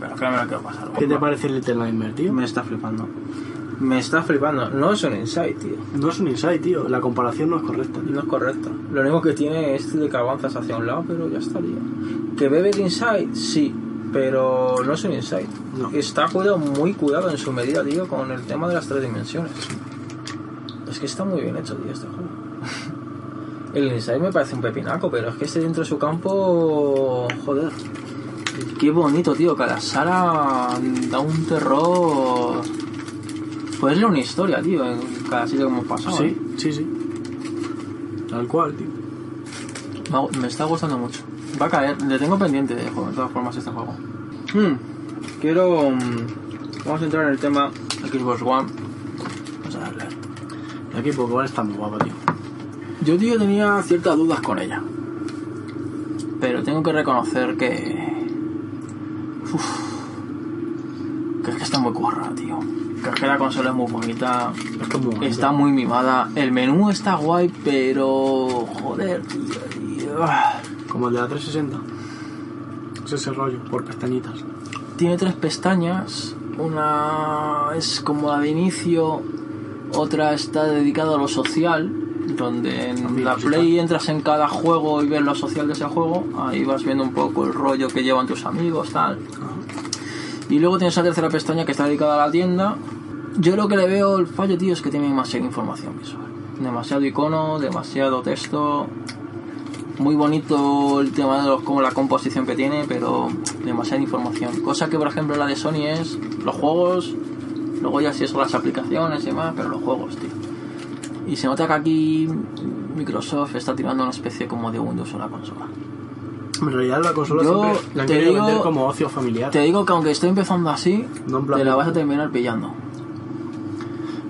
A: Pero que me lo quiero pasar.
B: ¿Qué te parece Little Nightmare, tío?
D: Me está flipando. Me está flipando. No es un insight, tío.
B: No es un insight, tío. La comparación no es correcta. tío.
D: No es correcto. Lo único que tiene es de que avanzas hacia un lado, pero ya estaría. ¿Que bebe de insight? Sí. Pero no es un insight.
B: No.
D: Está cuidado, muy cuidado en su medida, tío, con el tema de las tres dimensiones. Es que está muy bien hecho, tío, este juego. El insight me parece un pepinaco, pero es que este dentro de su campo. Joder. Qué bonito, tío. Cada sala da un terror. Puedes leer una historia, tío, en cada sitio que hemos
A: Ah,
D: pasado. ¿eh?
B: Sí, sí, sí. Tal cual, tío.
A: Me, ha- me está gustando mucho. Va a caer, le tengo pendiente de juego, de todas formas, este juego.
D: Hmm, Quiero. mm, Vamos a entrar en el tema.
A: Xbox One.
B: Vamos a darle. El equipo igual está muy guapo, tío.
A: Yo, tío, tenía ciertas dudas con ella. Pero tengo que reconocer que. Uf, que es que está muy currada, tío. Que es que la consola es muy bonita.
B: Es que es muy bonito.
A: Está muy mimada. El menú está guay, pero. Joder, tío. tío. Ah.
B: Como el de la 360. Es ese rollo, por pestañitas.
A: Tiene tres pestañas. Una es como la de inicio. Otra está dedicada a lo social. Donde en
B: También
A: la
B: está.
A: Play entras en cada juego y ves lo social de ese juego. Ahí vas viendo un poco el rollo que llevan tus amigos, tal. Y luego tienes la tercera pestaña que está dedicada a la tienda. Yo lo que le veo el fallo, tío, es que tiene demasiada información visual. Demasiado icono, demasiado texto. Muy bonito el tema de los, como la composición que tiene, pero demasiada información. Cosa que, por ejemplo, la de Sony es los juegos, luego ya si son las aplicaciones y demás, pero los juegos, tío. Y se nota que aquí Microsoft está tirando una especie como de Windows a la consola.
B: En realidad la consola
A: Yo
B: siempre la han
A: te
B: querido
A: digo-
B: vender como ocio familiar.
A: Te digo que aunque estoy empezando así,
B: No en plan-
A: te la vas a terminar pillando.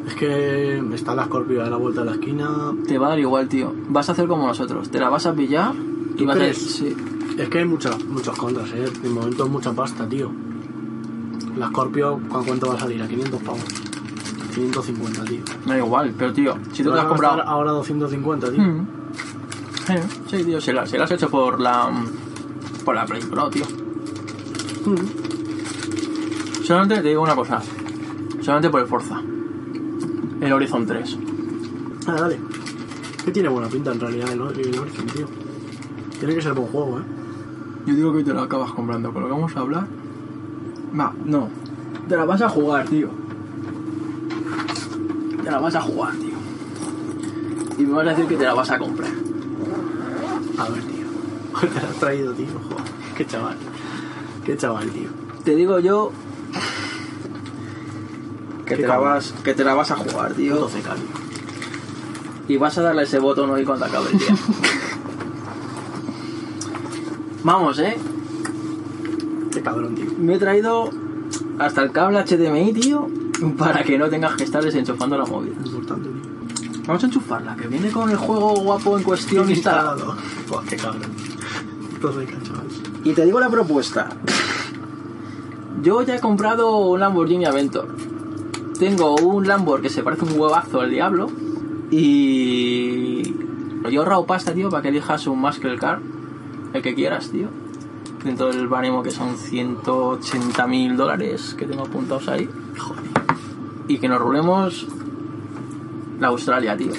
B: Es que está la Scorpio a la vuelta de la esquina.
A: Te va a dar igual, tío. Vas a hacer como nosotros. Te la vas a pillar y
B: ¿Tú
A: vas
B: crees?
A: a... Sí.
B: Es que hay muchas, muchos contras, eh. De momento es mucha pasta, tío. La Scorpio, ¿cu- ¿cuánto va a salir? A 500 pavos. 550, tío.
A: Me da igual, pero tío, si tú te
B: Vas a
A: has
B: gastar
A: comprado...
B: Ahora 250, tío.
A: Mm. Sí, Sí, tío, se la, se la has hecho por la... mm, Por la Play Pro, tío. Solamente te digo una cosa. Solamente por el Forza. El Horizon 3.
B: Ah, dale. Que tiene buena pinta en realidad el, el Horizon, tío. Tiene que ser buen juego, eh.
A: Yo digo que te la acabas comprando, pero vamos a hablar... Va, no. Te la vas a jugar, tío. Te la vas a jugar, tío. Y me vas a decir que te la vas a comprar.
B: A ver, tío. Te la has traído, tío. Joder, qué chaval. Qué chaval, tío.
A: Te digo yo que
B: Qué
A: te, la
B: cabrón.
A: vas, que te la vas a jugar, tío.
B: 12 k tío.
A: Y vas a darle ese botón hoy cuando acabe el día. Vamos, eh.
B: Qué cabrón, tío.
A: Me he traído hasta el cable HDMI, tío, para que no tengas que estar desenchufando la móvil.
B: Importante, tío.
A: Vamos a enchufarla, que viene con el juego guapo en cuestión instalado.
B: Buah, qué cabrón. 12K, chaval.
A: Y te digo la propuesta. Yo ya he comprado un Lamborghini Aventor. Tengo un Lamborghini que se parece un huevazo al diablo. Y. Yo he ahorrado pasta, tío, para que elijas un Muscle Car. El que quieras, tío. Dentro del baremo que son 180 mil dólares que tengo apuntados ahí. Y que nos rulemos. La Australia, tío.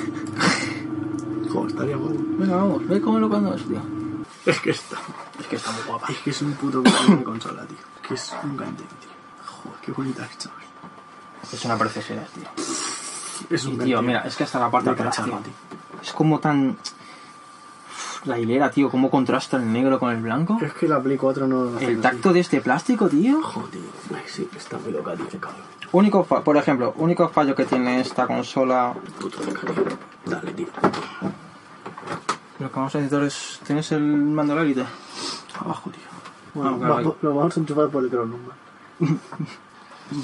B: Joder, estaría guapo.
A: Venga, vamos, ve cómo lo cuando es, tío.
B: Es que está.
A: Es que está muy guapa.
B: Es que es un puto coche de consola, tío. Es que es un cante, tío. Joder, qué bonita es, chaval.
A: Es una preciosidad, tío.
B: Es
A: Y,
B: un
A: tío,
B: cante,
A: mira, es que hasta la parte
B: De
A: de atrás,
B: cacharro,
A: tío. Es como tan... La hilera, tío, cómo contrasta el negro con el blanco.
B: Es que la Play 4 no... no
A: El
B: hace
A: tacto de este plástico, tío.
B: así. Joder, tío. Ay, sí, está muy loca, tío. Qué cabrón.
D: Único fa- por ejemplo, único fallo que tiene esta consola.
B: Puto de cabrón. Dale, tío.
D: Lo que vamos a necesitar es. ¿Tienes el mando de la Elite?
B: Abajo, tío.
D: Bueno,
B: Bueno,
D: claro,
B: vamos- lo vamos a enchufar por el cronum.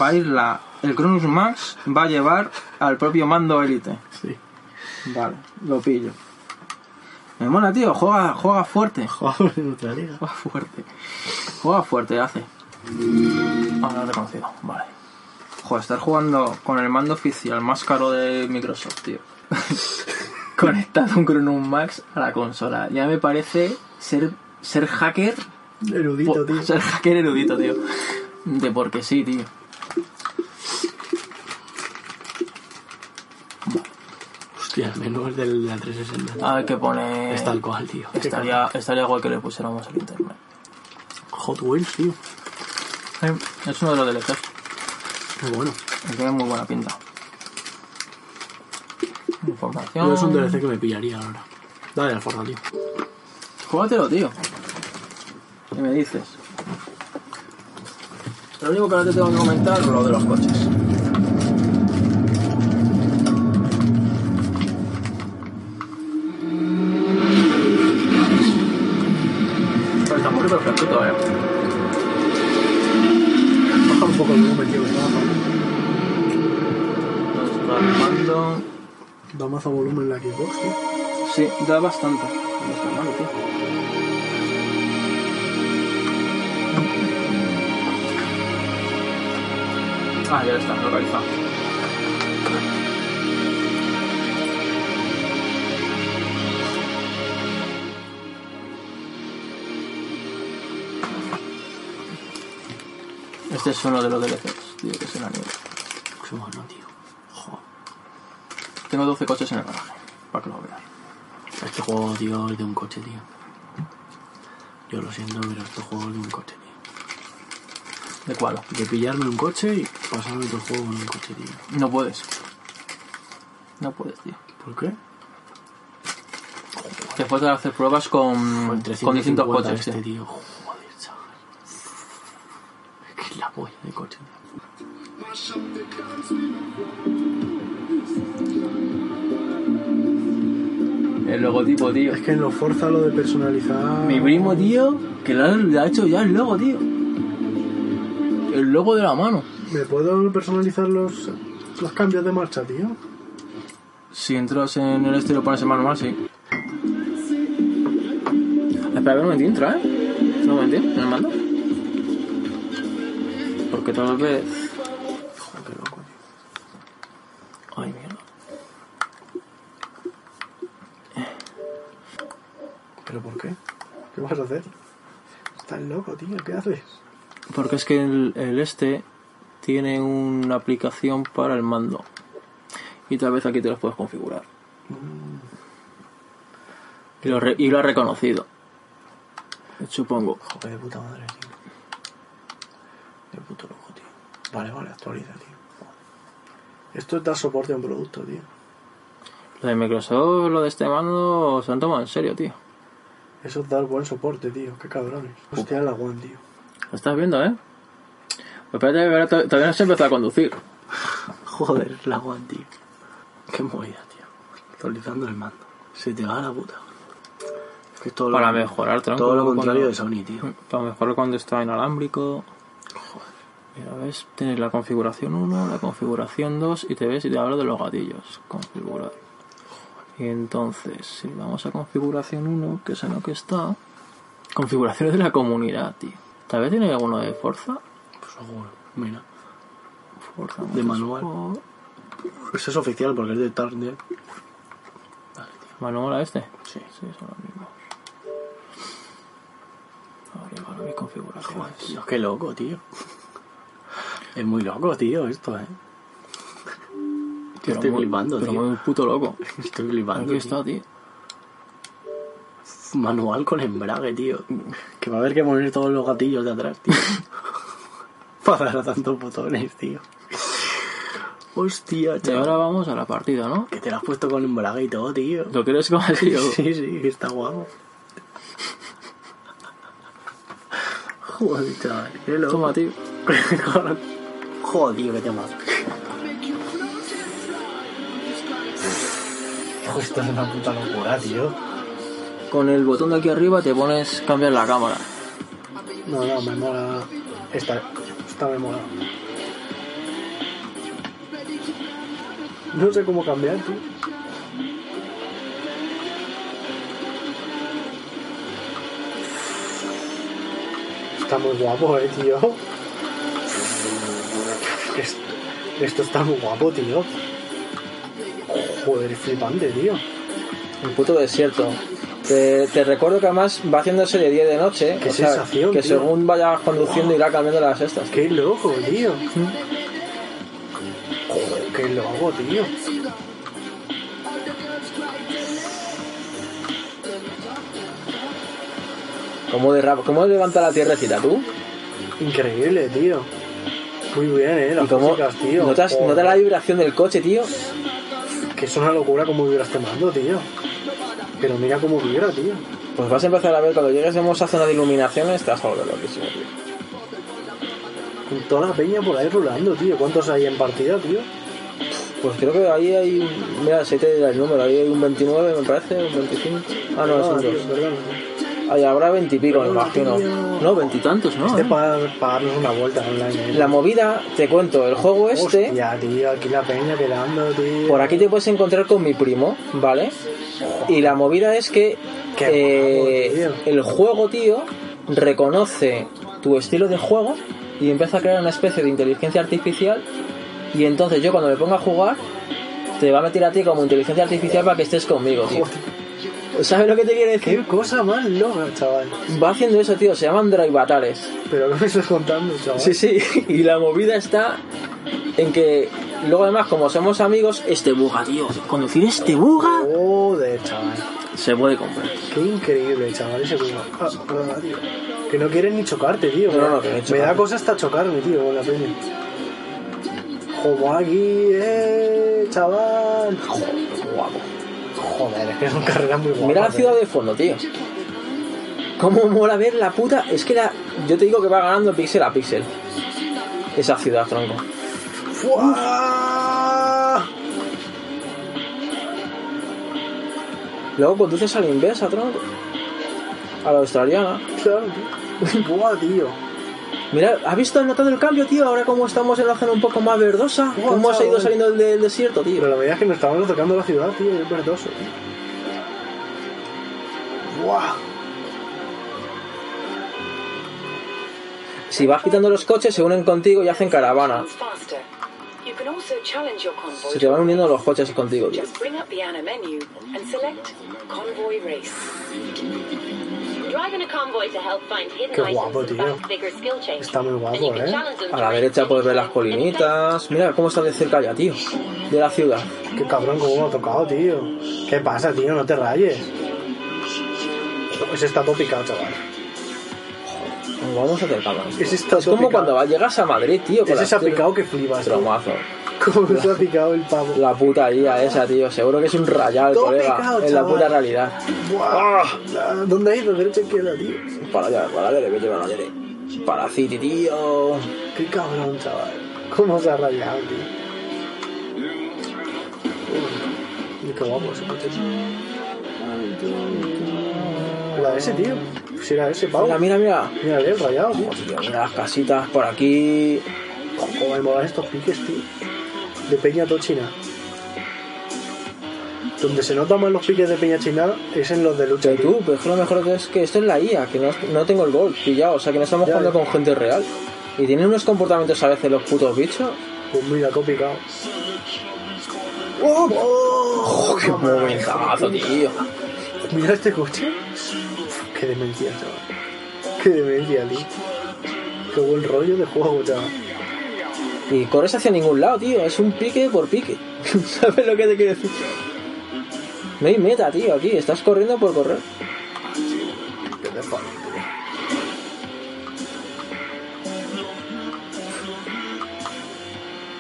D: Va a ir la. El Cronus Max va a llevar al propio mando Elite.
B: Sí.
D: Vale, lo pillo. Me mola, tío, juega, juega fuerte.
B: Joder, en otra liga.
A: Juega fuerte. Juega fuerte, hace. Ah, no lo he reconocido. Vale.
D: Joder, estar jugando con el mando oficial más caro de Microsoft, tío.
A: conectado con un Max a la consola. Ya me parece ser, ser hacker.
B: Erudito,
A: po-
B: tío.
A: Ser hacker erudito, tío. De porque sí, tío.
B: Hostia, el menú es del, de la 360.
A: A ver qué pone.
B: Ah, eh. Es tal cual, tío.
A: Estaría, estaría igual que le pusiéramos el internet.
B: Hot Wheels, tío.
A: Es uno de los DLCs.
B: Muy bueno.
A: Me tiene muy buena pinta. Información.
B: Pero es un DLC que me pillaría ahora. Dale al Forza, tío.
A: Júgatelo, tío. ¿Qué me dices?
D: Lo único que ahora te tengo que comentar es lo de los coches. Pero está muy perfecto, eh.
B: Baja un poco el volumen, tío, que está bajando.
D: Entonces, armando.
B: Da más a volumen la Xbox, tío.
A: Sí, da bastante. No está malo, tío.
D: Ah, ya está, localizado.
A: Este es uno de los DLCs, tío, que es una mierda.
B: Qué bueno, tío. Joder.
A: Tengo 12 coches en el garaje, para que lo veas.
B: Este juego, tío, es de un coche, tío. Yo lo siento, pero este juego es de un coche, tío.
A: ¿De cuál?
B: De pillarme un coche y pasarme otro juego con un coche, tío.
A: No puedes. No puedes, tío.
B: ¿Por qué?
A: Después de hacer pruebas con, con distintos coches,
B: este,
A: tío.
B: tío. Joder, chaval. Es que es la polla de coche, tío.
A: El logotipo, tío.
B: Es que en los Forza lo de personalizar...
A: Mi primo, tío, que le ha, le ha hecho ya el logo, tío. El logo de la mano.
B: ¿Me puedo personalizar los, los cambios de marcha, tío?
A: Si entras en el estilo pones en manual, sí. Espera, a ver un momentín, entra, ¿eh? Un momentín, en el mando. Porque tal vez...
B: Joder, qué loco, tío.
A: Ay, mierda.
B: ¿Pero por qué? ¿Qué vas a hacer? Estás loco, tío. ¿Qué haces?
A: Porque es que el, el este tiene una aplicación para el mando. Y tal vez aquí te los puedes configurar. Y lo, re- y lo ha reconocido. Supongo.
B: Joder, de puta madre, tío. De puto loco, tío. Vale, vale, actualiza, tío. Joder. Esto es dar soporte a un producto, tío.
A: Lo de Microsoft, lo de este mando, se han tomado en serio, tío.
B: Eso es dar buen soporte, tío. Qué cabrones. Hostia, la One, tío.
A: Lo estás viendo, ¿eh? Pues espérate, que ahora to- todavía no se empezó a conducir.
B: Joder, la One, tío. Qué movida, tío. Actualizando el mando. Se te va la puta. Es que es todo
A: Para
B: lo,
A: mejorar, tronco.
B: todo lo
A: cuando- Mm.
B: contrario de Sony, tío.
A: Para mejorar cuando está inalámbrico. Mira, ves, tienes la configuración 1, la configuración 2 y te ves y te habla de los gatillos. Configurar. Y entonces, si vamos a configuración 1, que es en lo que está. Configuraciones de la comunidad, tío. Tal vez tiene alguno de Forza.
B: Pues seguro. Mira.
A: Forza
B: De manual.
A: Motorsport.
B: Eso Pues es oficial porque es de Target. Vale, tío.
A: ¿Manual a este?
B: Sí.
A: Sí, es ahora mismo. Ahora mi configuración.
B: Joder, tío, qué loco, tío. Es muy loco, tío, esto, eh.
A: Pero
B: estoy
A: muy-
B: flipando,
A: pero
B: tío.
A: muy puto loco.
B: Estoy flipando.
A: Aquí
B: tío.
A: está, tío.
B: Manual con embrague, tío. Que va a haber que poner todos los gatillos de atrás, tío. Para dar a tantos botones, tío. Hostia,
A: Y ahora
B: chaval.
A: vamos a la partida, ¿no?
B: Que te lo has puesto con embrague y todo, tío.
A: ¿Lo quieres como así? o-
B: Sí, sí, que está guapo. Joder, chaval. Qué loco.
A: Toma, tío.
B: Joder, tío, qué tema. Esto es una puta locura, tío.
A: Con el botón de aquí arriba te pones cambiar la cámara.
B: No, no, me mola. Esta, esta me mola. No sé cómo cambiar, tío. Está muy guapo, eh, tío. Es- Esto, está muy guapo, tío. Joder, es flipante, tío.
A: Un puto desierto. Te, te recuerdo que además va haciéndose de día y de noche.
B: Qué
A: o sea,
B: sensación,
A: Que
B: tío.
A: según vayas conduciendo irá cambiando las cestas.
B: Qué loco, tío. Joder, qué loco, tío.
A: ¿Cómo, derrapa- ¿Cómo levanta la tierrecita tú?
B: Increíble, tío. Muy bien, eh, las
A: ¿Y cómo
B: músicas, tío.
A: notas,
B: Joder,
A: notas la vibración del coche, tío?
B: Que es una locura cómo vibra este mando, tío. Pero mira cómo vibra, tío.
A: Pues vas a empezar a ver cuando lleguemos a zona de iluminaciones, te vas a volver loquísimo, tío.
B: Con toda la peña por ahí rulando, tío. ¿Cuántos hay en partida, tío?
A: Pues creo que ahí hay. un- Mira, si te dirá el número, ahí hay un 29, me parece, un 25. Ah, no,
B: Ah,
A: son
B: tío,
A: dos.
B: perdón, tío.
A: Ahí habrá 20 y pico, me imagino. No, 20 y tanto.
F: Veintitantos, ¿no?
B: Este
F: ¿Eh?
B: para, para darnos una vuelta online, eh.
A: La movida, te cuento, el juego este.
B: Hostia, tío, aquí la peña quedando, tío.
A: Por aquí te puedes encontrar con mi primo, ¿vale? Y la movida es que
B: Qué
A: eh,
B: guapo, tío.
A: el juego, tío, reconoce tu estilo de juego y empieza a crear una especie de inteligencia artificial. Y entonces yo cuando me ponga a jugar, te va a meter a ti como inteligencia artificial para que estés conmigo, tío. ¿Sabes lo que te quiere decir?
B: Qué cosa más loca, chaval.
A: Va haciendo eso, tío, se llaman drive batales.
B: Pero ¿qué me estás contando, chaval?
A: Sí, sí, y la movida está en que luego además como somos amigos, este buga, tío,
F: Conducir este buga
B: Joder, chaval.
F: se puede comprar.
B: Qué increíble, chaval, ese culo. Ah, ah, tío. Que no quieren ni chocarte, tío.
A: No, no, no, que no
B: Me da
A: chocarte.
B: cosa hasta chocarme, tío, con la peña. Como aquí, eh, chaval.
A: guapo.
B: Joder, es que son carreras muy guapas.
A: Mira la
B: eh.
A: ciudad de fondo, tío. Cómo mola ver la puta... Es que la... Yo te digo que va ganando píxel a píxel. Esa ciudad, tronco.
B: ¡Fua!
A: Luego conduces a la inversa, tronco. A la australiana.
B: Claro, tío. Buah, tío.
A: Mira, ¿has visto? ¿Has notado el cambio, tío? Ahora como estamos en la zona un poco más verdosa.
B: Guau,
A: Cómo se ha ido
B: chaval.
A: saliendo del- del desierto, tío.
B: Pero la medida es que nos estábamos tocando la ciudad, tío, es verdoso, tío. ¡Buah!
A: Si vas quitando los coches, se unen contigo y hacen caravana.
G: Faster. You can also challenge your convoy.
A: Se te van uniendo los coches contigo, tío.
G: Just bring up the Anna menu and select Convoy Race.
H: Driving a convoy to help find hidden
B: Qué
H: items
B: guapo,
H: and
B: tío.
H: find bigger skill changes.
B: Está muy guapo,
H: And you can
B: eh.
H: challenge them
A: A
H: to
A: la
H: race
A: derecha puedes ver las
H: anytime and expect
A: colinitas. Mira cómo está de cerca ya, tío. De la ciudad.
B: Qué cabrón, cómo me ha tocado, tío. ¿Qué pasa, tío? No te rayes. Ese está todo picado, chaval.
A: Nos vamos acercándonos.
B: Ese está
A: Es como
B: picado.
A: cuando vas- llegas a Madrid, tío. con
B: Ese
A: las
B: se ha
A: tele-
B: picado que flipas. tío.
A: Tromazo.
B: Cómo se ha picado el pavo.
A: La puta guía esa, tío. Seguro que es un rayal,
B: Todo
A: colega.
B: picado,
A: en la
B: chaval.
A: puta realidad.
B: Buah. ¿Dónde ha ido? Derecha izquierda, tío.
A: Para allá, para allá, vete para allá. Para City, tío.
B: Qué cabrón, chaval. Cómo se ha rayado, tío. Uy, qué guapo ese coche. Era ese, tío. Si era ese, pavo.
A: Mira, mira, mira.
B: Mira, bien, rayado, tío.
A: Tío, mira las casitas por aquí.
B: Cómo me molan estos piques, tío. De Peña Tochina. Donde se notan más los piques de Peña China es en los de lucha.
A: Pero
B: tío.
A: tú, pero es que lo mejor que es que esto es la IA, que no, no tengo el gol pillado, o sea que no estamos
B: Ya,
A: jugando
B: ya.
A: con gente real. Y tienen unos comportamientos a veces los putos bichos.
B: Pues mira, todo picado. ¡Oh! oh,
A: ¡Qué momentazo, tío!
B: Mira este coche. Qué demencia, chaval. Qué demencia, tío. Qué buen rollo de juego, chaval.
A: Y corres hacia ningún lado, tío, es un pique por pique. ¿Sabes lo que te quiero decir? No hay meta, tío, aquí, estás corriendo por correr.
B: Qué de palo, tío.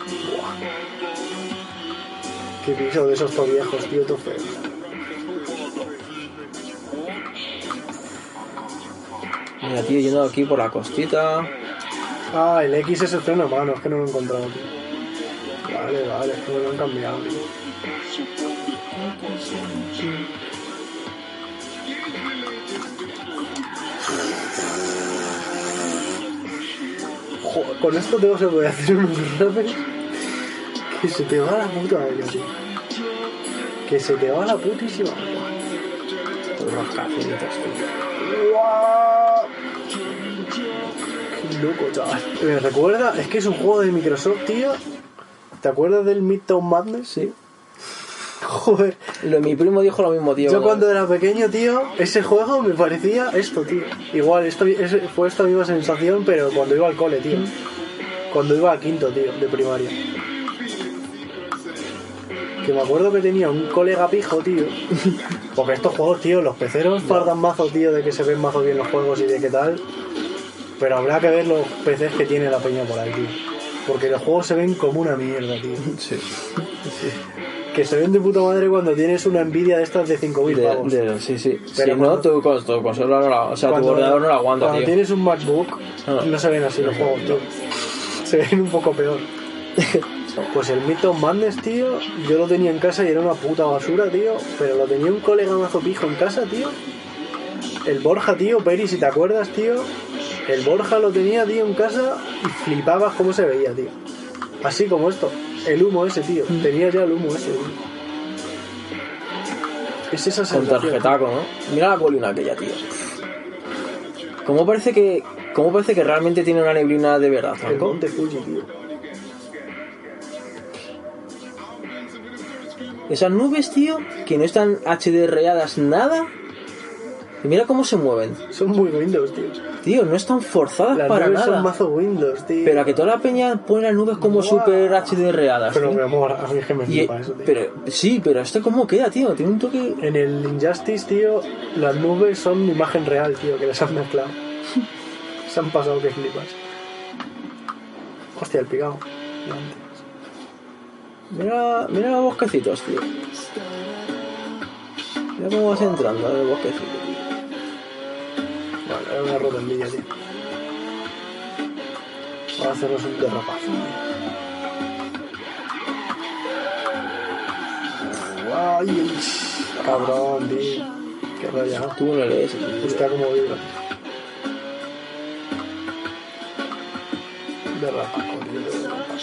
B: Buah. Qué piso de esos todos viejos, tío, todo feo.
A: Mira, tío, yendo aquí por la costita.
B: Ah, el X es el freno a mano, es que no lo he encontrado, tío. Vale, vale, es que me lo han cambiado, tío. Joder, con esto te vas a poder hacer unos rappers que se te va la puta olla, tío. Que se te va la putísima olla.
A: Todos los caceritos, tío.
B: ¡Guau! Qué loco, chaval. Me recuerda, es que es un juego de Microsoft, tío. ¿Te acuerdas del Midtown Madness?
A: Sí.
B: Joder.
A: Lo- mi primo dijo lo mismo, tío.
B: Yo cuando era pequeño, tío, ese juego me parecía esto, tío. Igual, esto, es- fue esta misma sensación, pero cuando iba al cole, tío. Cuando iba a quinto, tío, de primaria. Que me acuerdo que tenía un colega pijo, tío. Porque estos juegos, tío, los peceros fardan mazo, tío, de que se ven mazo bien los juegos y de qué tal. Pero habrá que ver los PCs que tiene la peña por ahí, tío. Porque los juegos se ven como una mierda, tío.
I: Sí.
B: Que se ven de puta madre cuando tienes una envidia de estas de 5.000
A: De-
B: pavos.
A: de- sí, sí.
B: Pero
A: si
B: cuando-
A: no, tu, cons- tu consola no la, o sea, tu ordenador no la aguanta,
B: cuando
A: tío.
B: tienes un MacBook,
A: Ah.
B: no se ven así los juegos, tío. Se ven un poco peor. Pues el Mythos Madness, tío, yo lo tenía en casa y era una puta basura, tío. Pero lo tenía un colega mazo pijo en casa, tío. El Borja, tío, Peri, si te acuerdas, tío. El Borja lo tenía, tío, en casa y flipabas cómo se veía, tío. Así como esto. El humo ese, tío.
A: Mm.
B: Tenía ya el humo ese, tío. Es esa
A: Con
B: sensación.
A: tarjetaco, ¿no? Mira la colina aquella, tío. ¿Cómo parece que, cómo parece que realmente tiene una neblina de verdad,
B: El
A: Franco?
B: monte Fuji, tío.
A: Esas nubes, tío, que no están HDReadas nada. Y mira cómo se mueven.
B: Son muy Windows, tío.
A: Tío, no están forzadas
B: Las
A: Ah, para
B: nubes son
A: nada.
B: mazo Windows, tío.
A: Pero a que toda la peña pone las nubes como
B: Buah.
A: super HDReadas.
B: Pero
A: tío.
B: mi amor, a mí es que me
A: Y- e-
B: flipa eso, tío.
A: pero sí, pero esto cómo queda, tío. Tiene un toque.
B: En el Injustice, tío, las nubes son imagen real, tío, que las han mezclado. Se han pasado que flipas. Hostia, el picado.
A: Mira, mira los bosquecitos, tío. Mira cómo vas entrando en el bosquecito.
B: Bueno, era una rotondilla, tío. Vamos a hacernos un derrapazo. ¡Ay, el cabrón, tío! ¡Qué rayado!
A: Tú no lees. tío.
B: Está como vibra. Derrapaco, tío, derrapaco.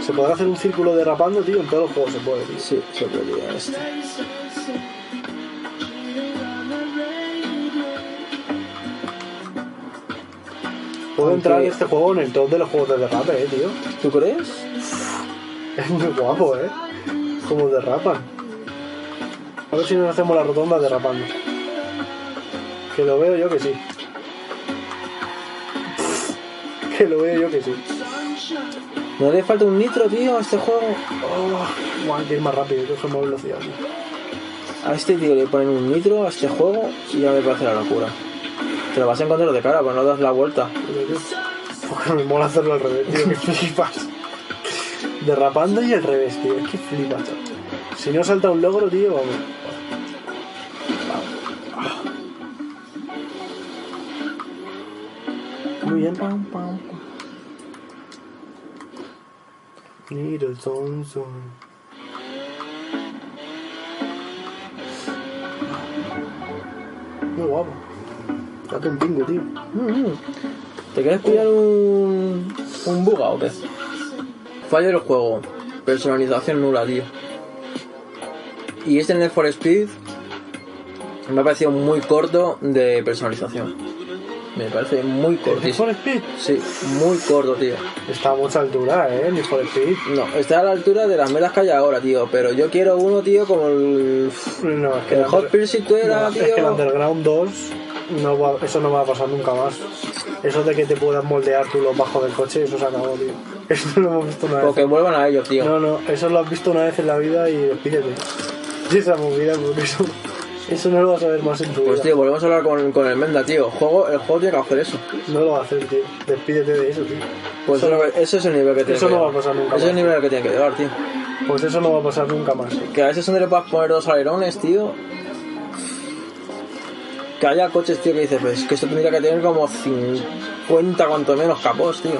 B: Se podrá hacer un círculo derrapando, tío, en todos los juegos se puede, tío.
A: Sí, se podría este.
B: Puedo
A: Aunque-
B: entrar en este juego en el top de los juegos de derrape, eh, tío.
A: ¿Tú crees?
B: Es muy guapo, eh. Como derrapan. A ver si nos hacemos la rotonda derrapando. Que lo veo yo que sí. Que lo veo yo que sí.
A: No le falta un nitro, tío, a este juego.
B: Oh, guau, hay que ir más rápido, yo soy más velocidad, tío.
A: A este tío le ponen un nitro a este juego y ya me parece la locura. Te lo vas a encontrar de cara, pero no das la vuelta.
B: Porque me mola hacerlo al revés, tío, que flipas. Derrapando y al revés, tío, es que flipas. Si no salta un logro, tío, vamos. Muy bien. Little Thompson. Muy guapo. Date un pingo, tío.
A: ¿Te quieres pillar un. un buga o qué? Fallo del juego. Personalización nula, tío. Y este Need for Speed me ha parecido muy corto de personalización. Me parece muy
B: Need
A: cortísimo.
B: for Speed.
A: Sí, muy corto, tío.
B: Está a mucha altura, eh, Need for Speed.
A: No, está a la altura de las metas que hay ahora, tío. Pero yo quiero uno, tío, como el.
B: No, es que
A: El
B: la-
A: Hot Pursuit era,
B: No, Es que el
A: tío.
B: Underground 2, no va- eso no va a pasar nunca más. Eso de que te puedas moldear tú los bajos del coche, eso se acabó, tío. Eso lo hemos visto una vez.
A: O que vuelvan a ello, tío.
B: No, no, eso lo has visto una vez en la vida y despídete. Y esa movida, porque eso, eso no lo vas a ver más en tu
A: Pues,
B: vida.
A: tío, volvemos a hablar con, con el Menda, tío. Juego, el juego tiene que hacer eso.
B: No lo vas a hacer, tío. Despídete de eso, tío.
A: Pues
B: Eso-
A: eso, ese es el nivel que tiene
B: eso
A: que
B: no va
A: llevar.
B: a pasar nunca
A: Ese es el
B: más.
A: nivel que tiene que llevar, tío.
B: Pues eso no va a pasar nunca más. eh.
A: Que a veces donde le puedas poner dos alerones, tío. Que haya coches, tío, que dices, pues que esto tendría que tener como 50 cuanto menos capós, tío.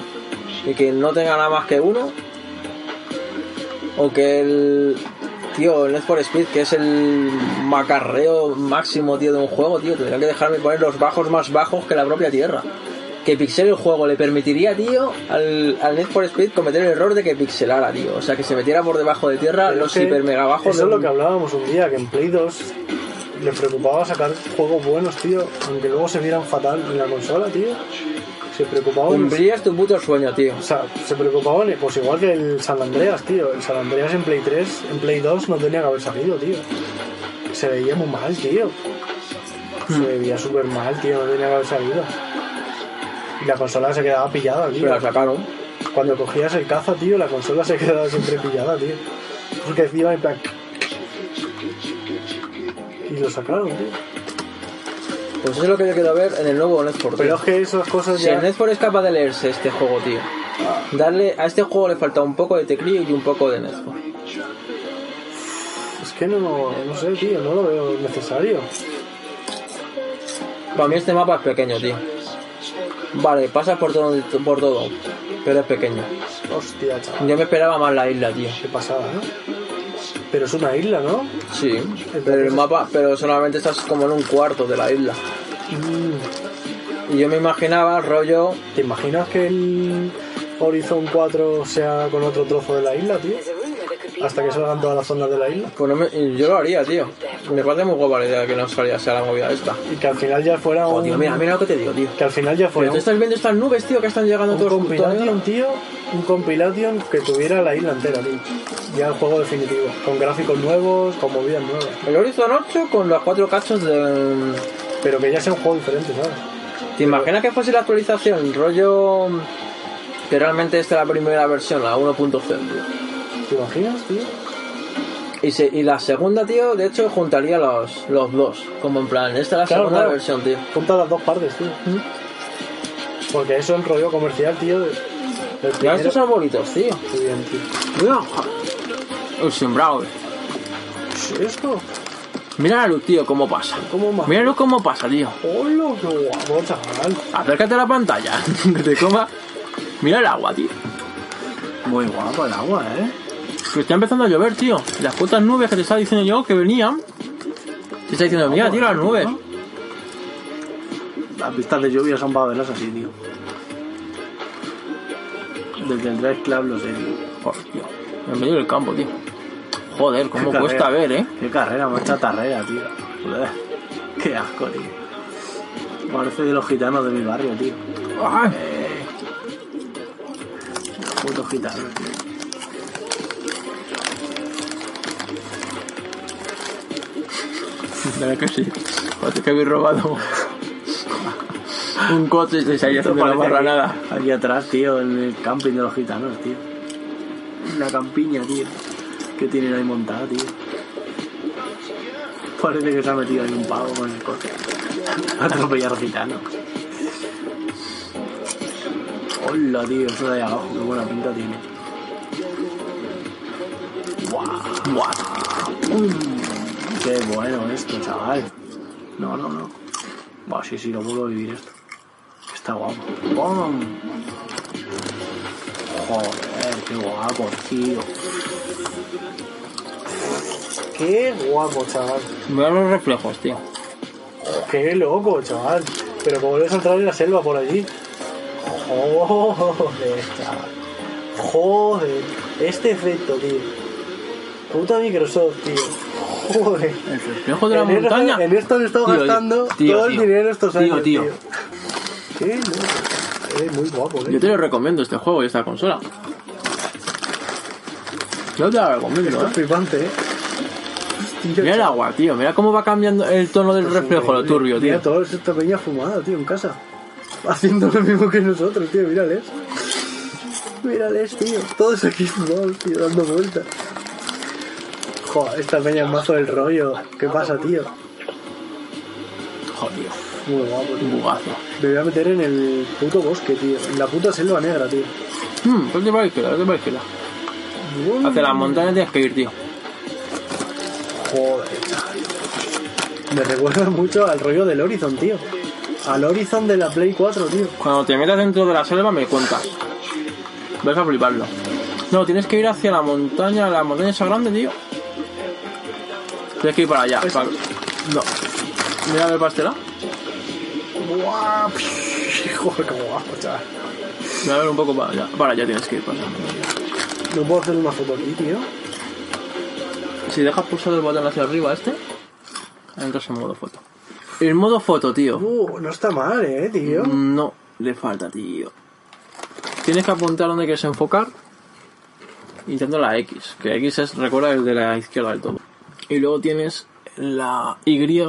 A: Y que no tenga nada más que uno. O que el. Tío, el Need for Speed, que es el macarreo máximo, tío, de un juego, tío. Tendría que dejarme poner los bajos más bajos que la propia tierra. Que pixel el juego le permitiría, tío, al, al Need for Speed cometer el error de que pixelara, tío. O sea, que se metiera por debajo de tierra
B: Pero
A: los
B: es que
A: Ah, hiper mega bajos.
B: Eso
A: de
B: es lo
A: un-
B: que hablábamos un día, que en Play 2 les preocupaba sacar juegos buenos, tío, aunque luego se vieran fatal en la consola, tío. Si
J: se preocupaban.
D: Cumplirías tu puto sueño, tío.
J: O sea, se preocupaban, pues igual que el San Andreas, tío. El San Andreas en Play 3, en Play 2 no tenía que haber salido, tío. Se veía muy mal, tío. Se
A: Hmm.
J: veía súper mal, tío, no tenía que haber salido. Y la consola se quedaba pillada, tío.
D: Pero la sacaron.
J: Cuando cogías el caza, tío, la consola se quedaba siempre pillada, tío. Porque encima en plan... Y lo sacaron, tío.
D: Pues eso es lo que yo quiero ver en el nuevo Need for
J: Pero
D: Speed.
J: es que esas cosas
D: Si
J: ya...
D: el Need for es capaz de leerse este juego, tío. Darle a este juego le falta un poco de teclillo y un poco de Need for.
J: Es que no, no sé, tío, no lo veo necesario.
D: Para mí este mapa es pequeño, tío. Vale, pasas por todo, por todo, pero es pequeño.
J: Hostia, chaval.
D: Yo me esperaba más la isla, tío.
J: Qué pasada, ¿no? Pero es una isla, ¿no?
D: Sí, pero el mapa, pero solamente estás como en un cuarto de la isla. Mm. Y yo me imaginaba rollo
J: ¿Te imaginas que el Horizon 4 sea con otro trozo de la isla, tío?
K: There's a rumor that could be
J: Hasta que salgan todas las zonas de la isla.
D: Pues no me- yo lo haría, tío. Me parece muy guapa la idea de que no salía sea la movida esta.
J: Y que al final ya fuera
D: Oh,
J: un...
D: tío, mira, mira lo que te digo, tío.
J: Que al final ya
D: Pero
J: fuera
D: tú
J: un,
D: estás viendo estas nubes, tío, que están llegando
J: un
D: todos
J: compilation,
D: todos-
J: tío. Un compilation que tuviera la isla entera, tío. Ya el juego definitivo. Con gráficos nuevos, con movidas nuevas.
D: El Horizon 8 con los cuatro cachos de...
J: Pero que ya sea un juego diferente, ¿sabes?
D: ¿Te imaginas que fuese la actualización? Rollo... Que realmente esta es la primera versión, la 1.0, tío.
J: ¿Te imaginas, tío?
D: Y, se- y la segunda, tío, de hecho, juntaría los, los dos. Como en plan, esta es la
J: Claro,
D: segunda
J: claro.
D: versión, tío.
J: Junta las dos partes, tío.
D: ¿Mm?
J: Porque eso es el rollo comercial, tío. de- Del
D: Mira,
J: primero.
D: estos arbolitos, tío.
J: Muy bien, tío.
D: Mira, ja-
A: El sembrado.
J: ¿Esto?
A: eh. Mira la luz, tío, cómo pasa.
J: ¿Cómo más?
A: Mira la luz cómo pasa, tío.
J: ¡Hola, qué guapo, chaval!
A: Acércate a la pantalla, que te coma. Mira el agua, tío.
B: Muy guapo el agua, ¿eh?
A: Que está empezando a llover, tío. Las putas nubes que te estaba diciendo yo que venían. Te está diciendo, mira, tío, las nubes.
B: Las pistas de lluvia son babelas así, tío. Desde el Drive Club lo sé, tío.
A: Hostia, en medio del campo, tío. Joder, cómo
B: Qué
A: cuesta
B: carrera.
A: ver, eh.
B: Qué carrera, más chatarrera, tío. Joder, Qué asco, tío. Parece de los gitanos de mi barrio, tío.
A: Ay,
B: Putos gitanos, tío.
A: la verdad que sí. Parece que habéis robado un coche y se haya
B: Esto
A: haciendo la
B: parece aquí-
A: barranada.
B: Aquí atrás, tío, en el camping de los gitanos, tío. Una campiña, tío. Que tienen ahí montada, tío. Parece que se ha metido ahí un pavo con el coche. A atropellar gitanos. Hola, tío, eso de ahí abajo, qué buena pinta tiene. ¡Guau! ¡Guau! Mm, ¡Qué bueno esto, chaval! No, no, no. Buah, sí, sí, lo puedo vivir esto. Está guapo. ¡Bum! Joder, qué guapo, tío.
J: ¡Qué guapo, chaval!
A: Mira los reflejos, tío.
J: ¡Qué loco, chaval! Pero como vuelves a entrar en la selva por allí. Oh, ¡Joder, chaval! ¡Joder! Este efecto, tío. Puta Microsoft, tío. ¡Joder!
A: El reflejo de la
J: en, esto-
A: montaña.
J: en esto me he estado
A: Tío,
J: gastando
A: tío,
J: todo
A: tío.
J: el dinero estos
A: Tío,
J: años,
A: tío.
J: tío. ¡Qué loco! Eres muy guapo,
A: Yo
J: tío.
A: te lo recomiendo este juego y esta consola. Yo te lo recomiendo,
J: Esto es
A: eh.
J: flipante, eh. Hostia,
A: Mira el agua, tío. Mira cómo va cambiando el tono del reflejo, lo turbio, tío.
J: Pues eh, Mira, toda esta peña fumada, tío, en casa. Haciendo lo mismo que nosotros, tío, mírales. Mírales, tío. Todos aquí fumados, tío, dando vueltas. Joder, esta peña es mazo del rollo. ¿Qué pasa, tío?
A: Joder,
J: Muy guapo, tío.
A: un bugazo.
J: Me voy a meter en el puto bosque, tío. En la puta selva negra, tío.
A: Mmm, vete para la izquierda, vete para la izquierda. Hacia las montañas tienes que ir, tío.
J: Joder, chaval. Me recuerda mucho al rollo del Horizon, tío. Al Horizon de la Play 4, tío.
A: Cuando te metas dentro de la selva me cuentas. Vas a fliparlo. No, tienes que ir hacia la montaña, la montaña esa grande, tío. Tienes que ir para allá.
J: Pues
A: para- No. Mira el pastelado.
J: Guau, Joder, qué guapo, chaval.
A: Mira a ver un poco para allá. Para allá tienes que ir. Para allá.
J: No puedo hacer una foto aquí, tío.
A: Si dejas pulsado el botón hacia arriba este, entras en modo foto. El modo foto, tío.
J: Uh, no está mal, eh, tío.
A: No. le falta, tío. Tienes que apuntar dónde quieres enfocar. Y tanto la X, que X es, recuerda, el de la izquierda del todo. Y luego tienes la Y, que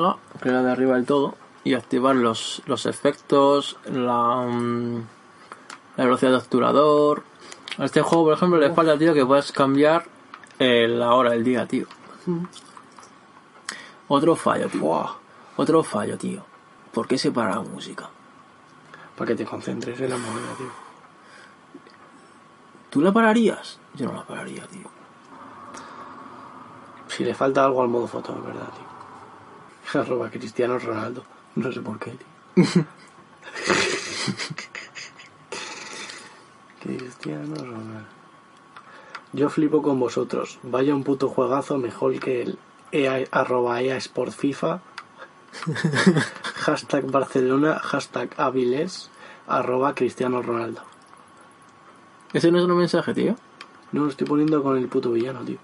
A: es la de arriba del todo. Y activar los, los efectos, la, mm, la velocidad de obturador. A este juego, por ejemplo, le falta, tío, que puedes cambiar eh, la hora del día, tío. Otro fallo, tío. Otro fallo, tío. ¿Por qué separar la música?
B: Para que te concentres en la movida, tío.
A: ¿Tú la pararías? Yo no la pararía, tío.
B: Si le falta algo al modo foto, es verdad, tío. Arroba Cristiano Ronaldo. No sé por qué, tío. Cristiano Ronaldo. Yo flipo con vosotros. Vaya un puto juegazo mejor que el EA, arroba EA Sport FIFA. hashtag Barcelona, hashtag Avilés, arroba Cristiano Ronaldo.
A: Ese no es un mensaje, tío.
B: No, lo estoy poniendo con el puto villano, tío.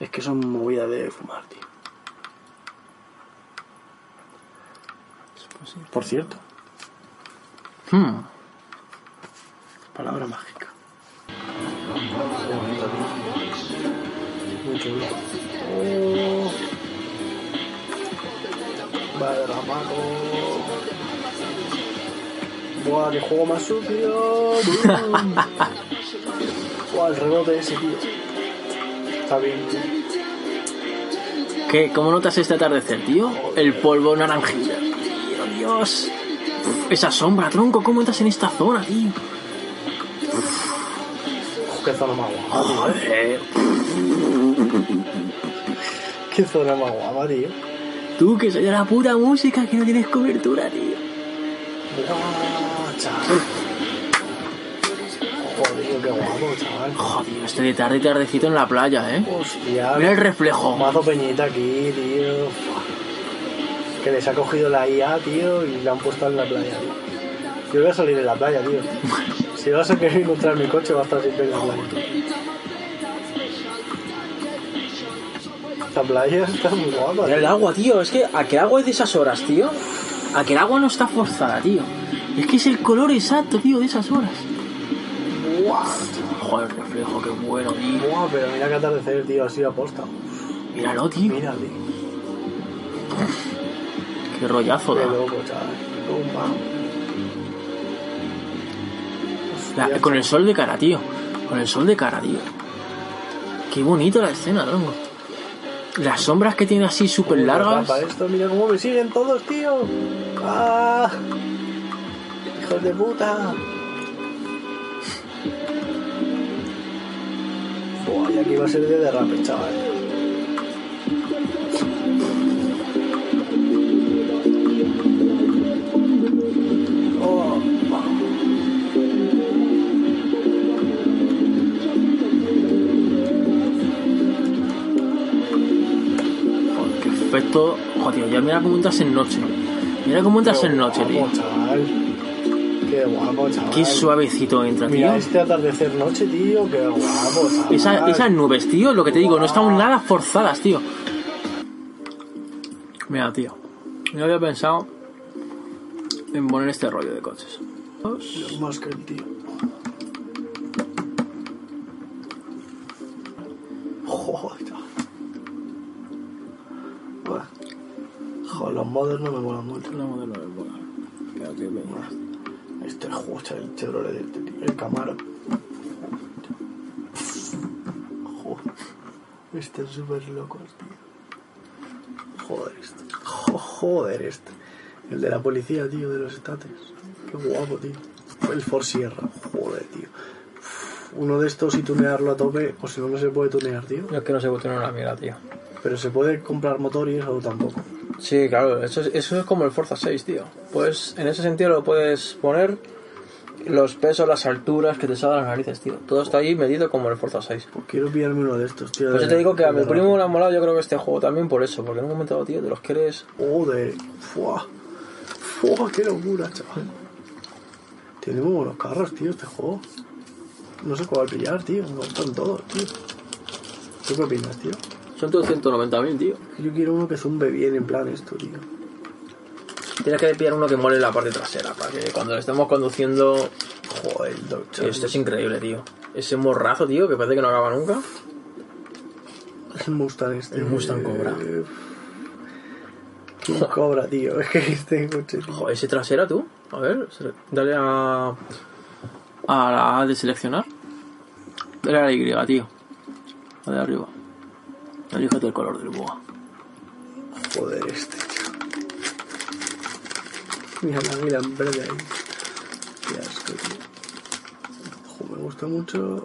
B: Es que son movidas de fumar, tío. Por cierto,
A: Hmm.
B: palabra mágica. Va de la mano. Buah, qué juego más sucio. Brum. Buah, el rebote ese, tío. Está bien, tío.
A: ¿Qué? ¿Cómo notas este atardecer, tío? El polvo naranjilla. Tío, Dios. Uf, Esa sombra, tronco, ¿cómo entras en esta zona, tío?
B: Uf, Qué zona más guapa.
A: Joder.
B: Qué zona más guapa, tío.
A: Tú que soy de la puta música que no tienes cobertura, tío.
B: Buah, chaval. Joder, qué guapo, chaval.
A: Joder, estoy de tarde y tardecito en la playa, eh.
B: Hostia.
A: Mira el reflejo.
B: Mazo Peñita aquí, tío. Que les ha cogido la IA, tío, y la han puesto en la playa, tío. Yo voy a salir en la playa, tío. Si vas a querer encontrar mi coche, va a estar siempre en la playa. Esta playa está muy guapa,
A: Mira el
B: tío.
A: agua, tío. Es que a qué agua es de esas horas, tío. A que el agua no está forzada, tío. Es que es el color exacto, tío, de esas horas. Joder, el reflejo, qué bueno, tío.
B: Buah, pero mira que atardecer, tío, así aposta.
A: Míralo, tío.
B: Mira, tío.
A: Qué rollazo,
B: Qué
A: da.
B: loco, chaval. Tumba.
A: La-
B: Hostia,
A: con el sol de cara, tío. Con el sol de cara, tío. Qué bonito la escena, tronco. Las sombras que tiene así súper
B: Mira,
A: largas.
B: tapa esto, mira cómo me siguen todos, tío. ¡Ah! ¡Hijos de puta! Buah, y aquí va a ser de derrape, chaval. Oh,
A: Joder, Qué efecto. Joder, ya mira cómo entras en noche. Mira cómo entras en noche, tío.
B: Oh, guapo, chaval. Qué guapo, chaval.
A: Qué suavecito entra, tío.
B: Mira este atardecer noche, tío. Qué guapo, chaval.
A: Esa- esas nubes, tío, lo que te digo, no están nada forzadas, tío. Mira, tío. No había pensado en poner este rollo de coches.
B: Los Muskel, tío. Joder. Buah. Joder, los modos no me molan mucho.
A: La modelo del volar. Creo que me-
B: Este justo el Chevrolet de este tío, el Camaro. Joder. Están súper locos, tío. Joder, este. Jo- Joder, este. El de la policía, tío, de los estates. Qué guapo, tío. El Ford Sierra. Joder, tío. Uf, Uno de estos, si tunearlo a tope, o si no, no se puede tunear, tío.
L: Es que no se puede tener una mierda, tío.
B: Pero se puede comprar motor y eso tampoco.
L: Sí, claro, eso es, eso es como el Forza 6, tío. Pues en ese sentido lo puedes poner los pesos, las alturas que te salgan las narices, tío. Todo está ahí medido como el Forza 6.
B: Pues quiero pillarme uno de estos, tío.
L: Pues
B: de-
L: yo te digo que a
B: de
L: mi
B: verdad.
L: primo le ha molado, yo creo que este juego también por eso, porque en un momento dado, tío, te los quieres.
B: Joder, fuá. Fuá, qué locura, chaval. Tiene muy buenos carros, tío, este juego. No sé cuál pillar, tío. Me gustan todos, tío. ¿Tú qué opinas, tío?
A: Son todos 190.000, tío.
B: Yo quiero uno que zumbe bien en plan esto, tío.
A: Tienes que pillar uno que mole la parte trasera, para que cuando lo estemos conduciendo...
M: Joder, Dodge.
A: Esto es increíble, tío. Ese morrazo, tío, que parece que no acaba nunca.
B: Es el Mustang este.
A: El Mustang Cobra.
B: Eh, ¿Quién cobra, tío? Es que este coche. tío.
A: Joder, ese trasera, tú. A ver, se- dale a... A la A de seleccionar. Dale a la Y, tío. La de arriba. Elígete el color del boa.
B: Joder, este, tío. Mira la águila en verde ahí. Qué asco, tío. Ojo, me gusta mucho.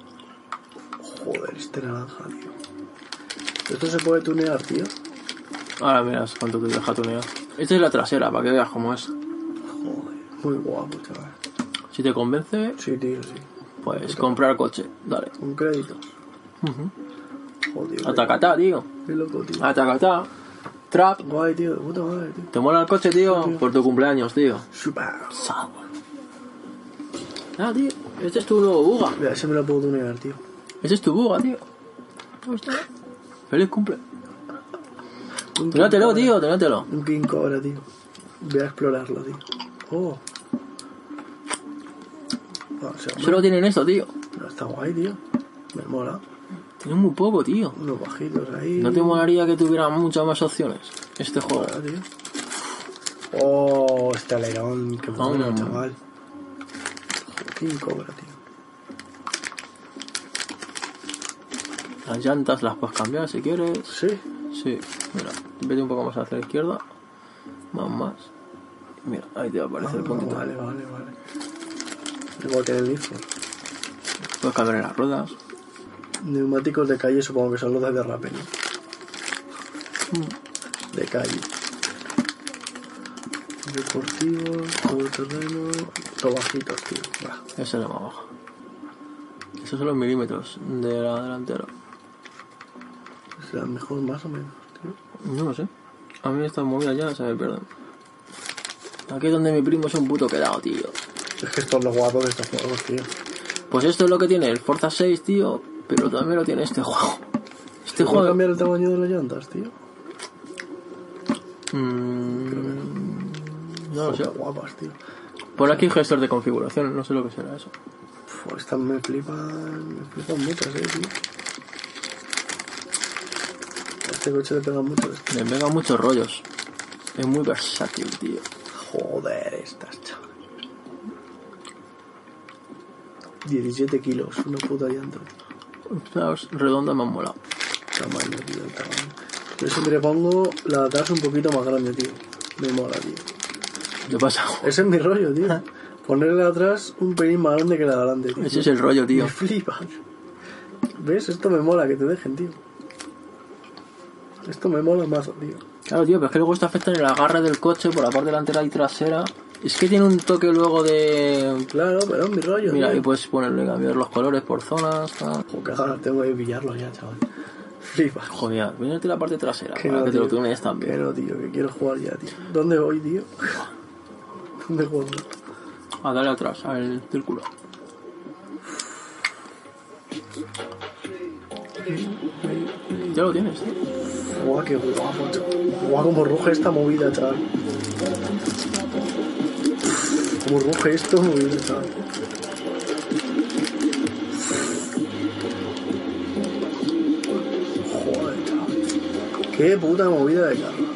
B: Joder, este naranja, tío. Esto se puede tunear, tío.
A: Ahora miras cuánto te deja tu nivel. Esta es la trasera, para que veas cómo es.
B: Joder, muy guapo, chaval.
A: Si te convence,
B: Sí, tío, sí.
A: pues comprar coche. Dale.
B: Con créditos. Joder,
A: Atacatá, tío.
B: qué loco, tío.
A: Atacatá. Trap.
B: Guay, tío, de puta madre, tío.
A: ¿Te mola el coche, tío? Por tu cumpleaños, tío.
B: Super.
A: Ah, tío. Este es tu nuevo buga.
B: Mira, ese me lo puedo tunear, tío.
A: Ese es tu buga, tío. Ahí está. Feliz cumple. Tenátelo, tío, tenátelo.
B: Un King Cobra, tío. Voy a explorarlo, tío. Oh. No, o sea,
A: Solo tienen esto, tío.
B: no, está guay, tío. Me mola.
A: Tienen muy poco, tío.
B: Unos bajitos ahí.
A: No te molaría que tuvieran muchas más opciones. Este juego.
B: Ah, tío. Oh, este alerón. Qué bueno,
A: Mm.
B: chaval. King Cobra, tío.
A: Las llantas las puedes cambiar si quieres.
B: Sí.
A: Sí, mira, vete un poco más hacia la izquierda. Más, más. Mira, ahí te va a aparecer el puntito.
B: vale, vale, vale. Igual que en el disco.
A: Puedes cambiar en las ruedas.
B: Neumáticos de calle supongo que son los de derrape, ¿no?
A: Mm.
B: De calle. Deportivo, todoterreno, tobajitos, tío. Va.
A: Ese es el más bajo. Esos son los milímetros de la delantera.
B: Es la mejor más o menos, tío.
A: No lo sé. A mí estas movidas ya se me pierden. Aquí es donde mi primo es un puto quedado, tío.
B: Es que esto es lo guapo de estos juegos, tío.
A: Pues esto es lo que tiene el Forza 6, tío. Pero también lo tiene este juego. Este
B: ¿Te puedo
A: juego.
B: cambiar el tamaño de las llantas, tío?
A: Mm, no lo
B: Joder,
A: sé.
B: guapas, tío.
A: Por aquí gestor de configuración, no sé lo que será eso.
B: Uf, estas me flipan, me flipan muchas, eh, tío. A Este coche le pega mucho este.
A: Le pega muchos rollos. Es muy versátil, tío.
B: Joder, estas chaval. 17 kilos, una puta llanta.
A: Las redonda me han molado.
B: Tamaño, tío, el tamaño. Yo siempre pongo la atrás un poquito más grande, tío. Me mola, tío.
A: ¿Qué pasa?
B: Ese es mi rollo, tío. Ponerla atrás un pelín más grande que la de adelante, tío.
A: Ah. Ese es el rollo, tío.
B: Me flipa. ¿Ves? Esto me mola que te dejen, tío. Esto me mola mazo, tío.
A: Claro, tío, pero es que luego esto afecta en el agarre del coche por la parte delantera y trasera. Es que tiene un toque luego de...
B: Claro, pero es mi rollo,
A: Mira, pues- ahí
B: tío.
A: puedes ponerle cambiar los colores por zonas. tal.
B: Jo, qué ganas tengo de pillarlo ya, chaval. Flipa.
A: Joder, mírate la parte trasera
B: Que
A: para
B: no,
A: que te lo
B: tío.
A: tunees
B: Que
A: también.
B: no, tío, que quiero jugar ya, tío. ¿Dónde voy, tío? ¿Dónde juego?
A: A darle Ah, atrás, al círculo. Ya lo tienes, tío.
B: Guau, qué guapo, chaval. Guau, como ruge esta movida, chaval. Como ruge esto, movida, chaval. Joder, chaval. Qué puta movida de carro.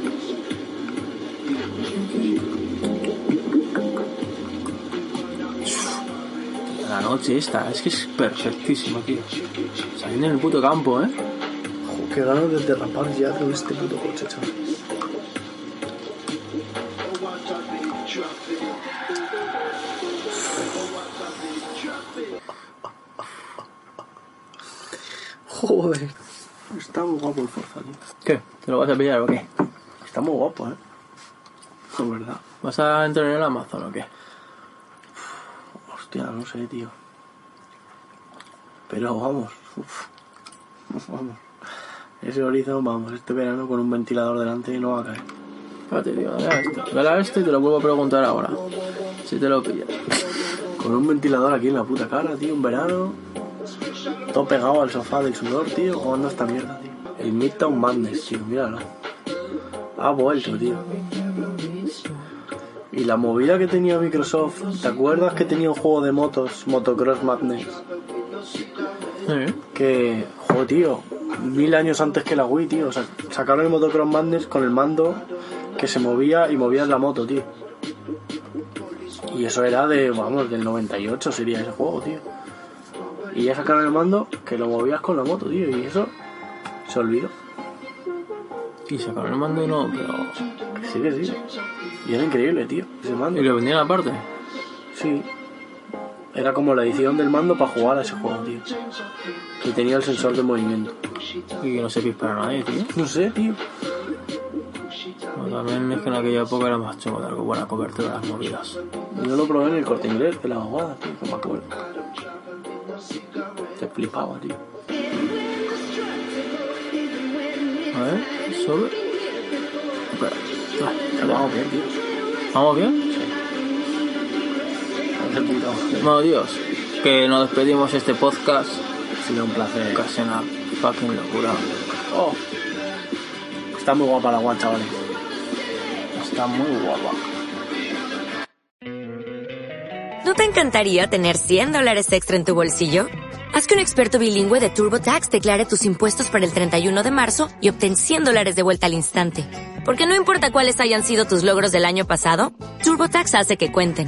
A: La noche esta, es que es perfectísima, tío. Saliendo en el puto campo, ¿eh?
B: Jo, Qué ganas de derrapar ya con este puto coche, chaval. Joder. Está muy guapo el Forza, tío.
A: ¿Qué? ¿Te lo vas a pillar o qué?
B: Está muy guapo, eh. Es verdad.
A: ¿Vas a entrar en el Amazon o qué?
B: Hostia, no sé, tío. Pero vamos. uf. Vamos. Ese horizon, vamos, este verano con un ventilador delante no va a caer.
A: Espérate, tío, dale a este. Dale a este y te lo vuelvo a preguntar ahora. Si te lo pillas.
B: Con un ventilador aquí en la puta cara, tío, un verano. Todo pegado al sofá del sudor, tío, jugando a esta mierda, tío. El Midtown Madness, tío, míralo. Ha vuelto, tío. Y la movida que tenía Microsoft, ¿te acuerdas que tenía un juego de motos, Motocross Madness? Que, jo, tío, mil años antes que la Wii, tío. O sea, sacaron el Motocross Madness con el mando que se movía y movías la moto, tío. Y eso era de, vamos, del 98 sería ese juego, tío. Y ya sacaron el mando que lo movías con la moto, tío. Y eso se olvidó.
A: Y sacaron el mando y no, pero.
B: Que sí, que sí. Y era increíble, tío, ese mando.
A: Y lo vendían aparte.
B: Sí. Era como la edición del mando para jugar a ese juego, tío. Que tenía el sensor de movimiento.
A: Y que no se pispara nadie, tío.
B: No sé, tío.
A: Bueno, también es que en aquella época era más chungo de algo buena cobertura de las movidas.
B: Yo lo probé en el corte inglés de la abogada, tío, que me acuerdo. Te flipaba, tío.
A: A ver, sobre. Espera. Ah, ya
B: Vamos
A: vamos.
B: bien, tío.
A: ¿Vamos bien?
B: Hace puta madre.
A: Bueno, Dios, que nos despedimos este podcast.
B: Ha sido un placer.
A: Casi una fucking locura.
B: Oh. Está muy guapa la guan, chavales.
A: Está muy guapa.
N: ¿No te encantaría tener 100 dólares extra en tu bolsillo? Haz que un experto bilingüe de TurboTax declare tus impuestos para el 31 de marzo y obtén 100 dólares de vuelta al instante. Porque no importa cuáles hayan sido tus logros del año pasado, TurboTax hace que cuenten.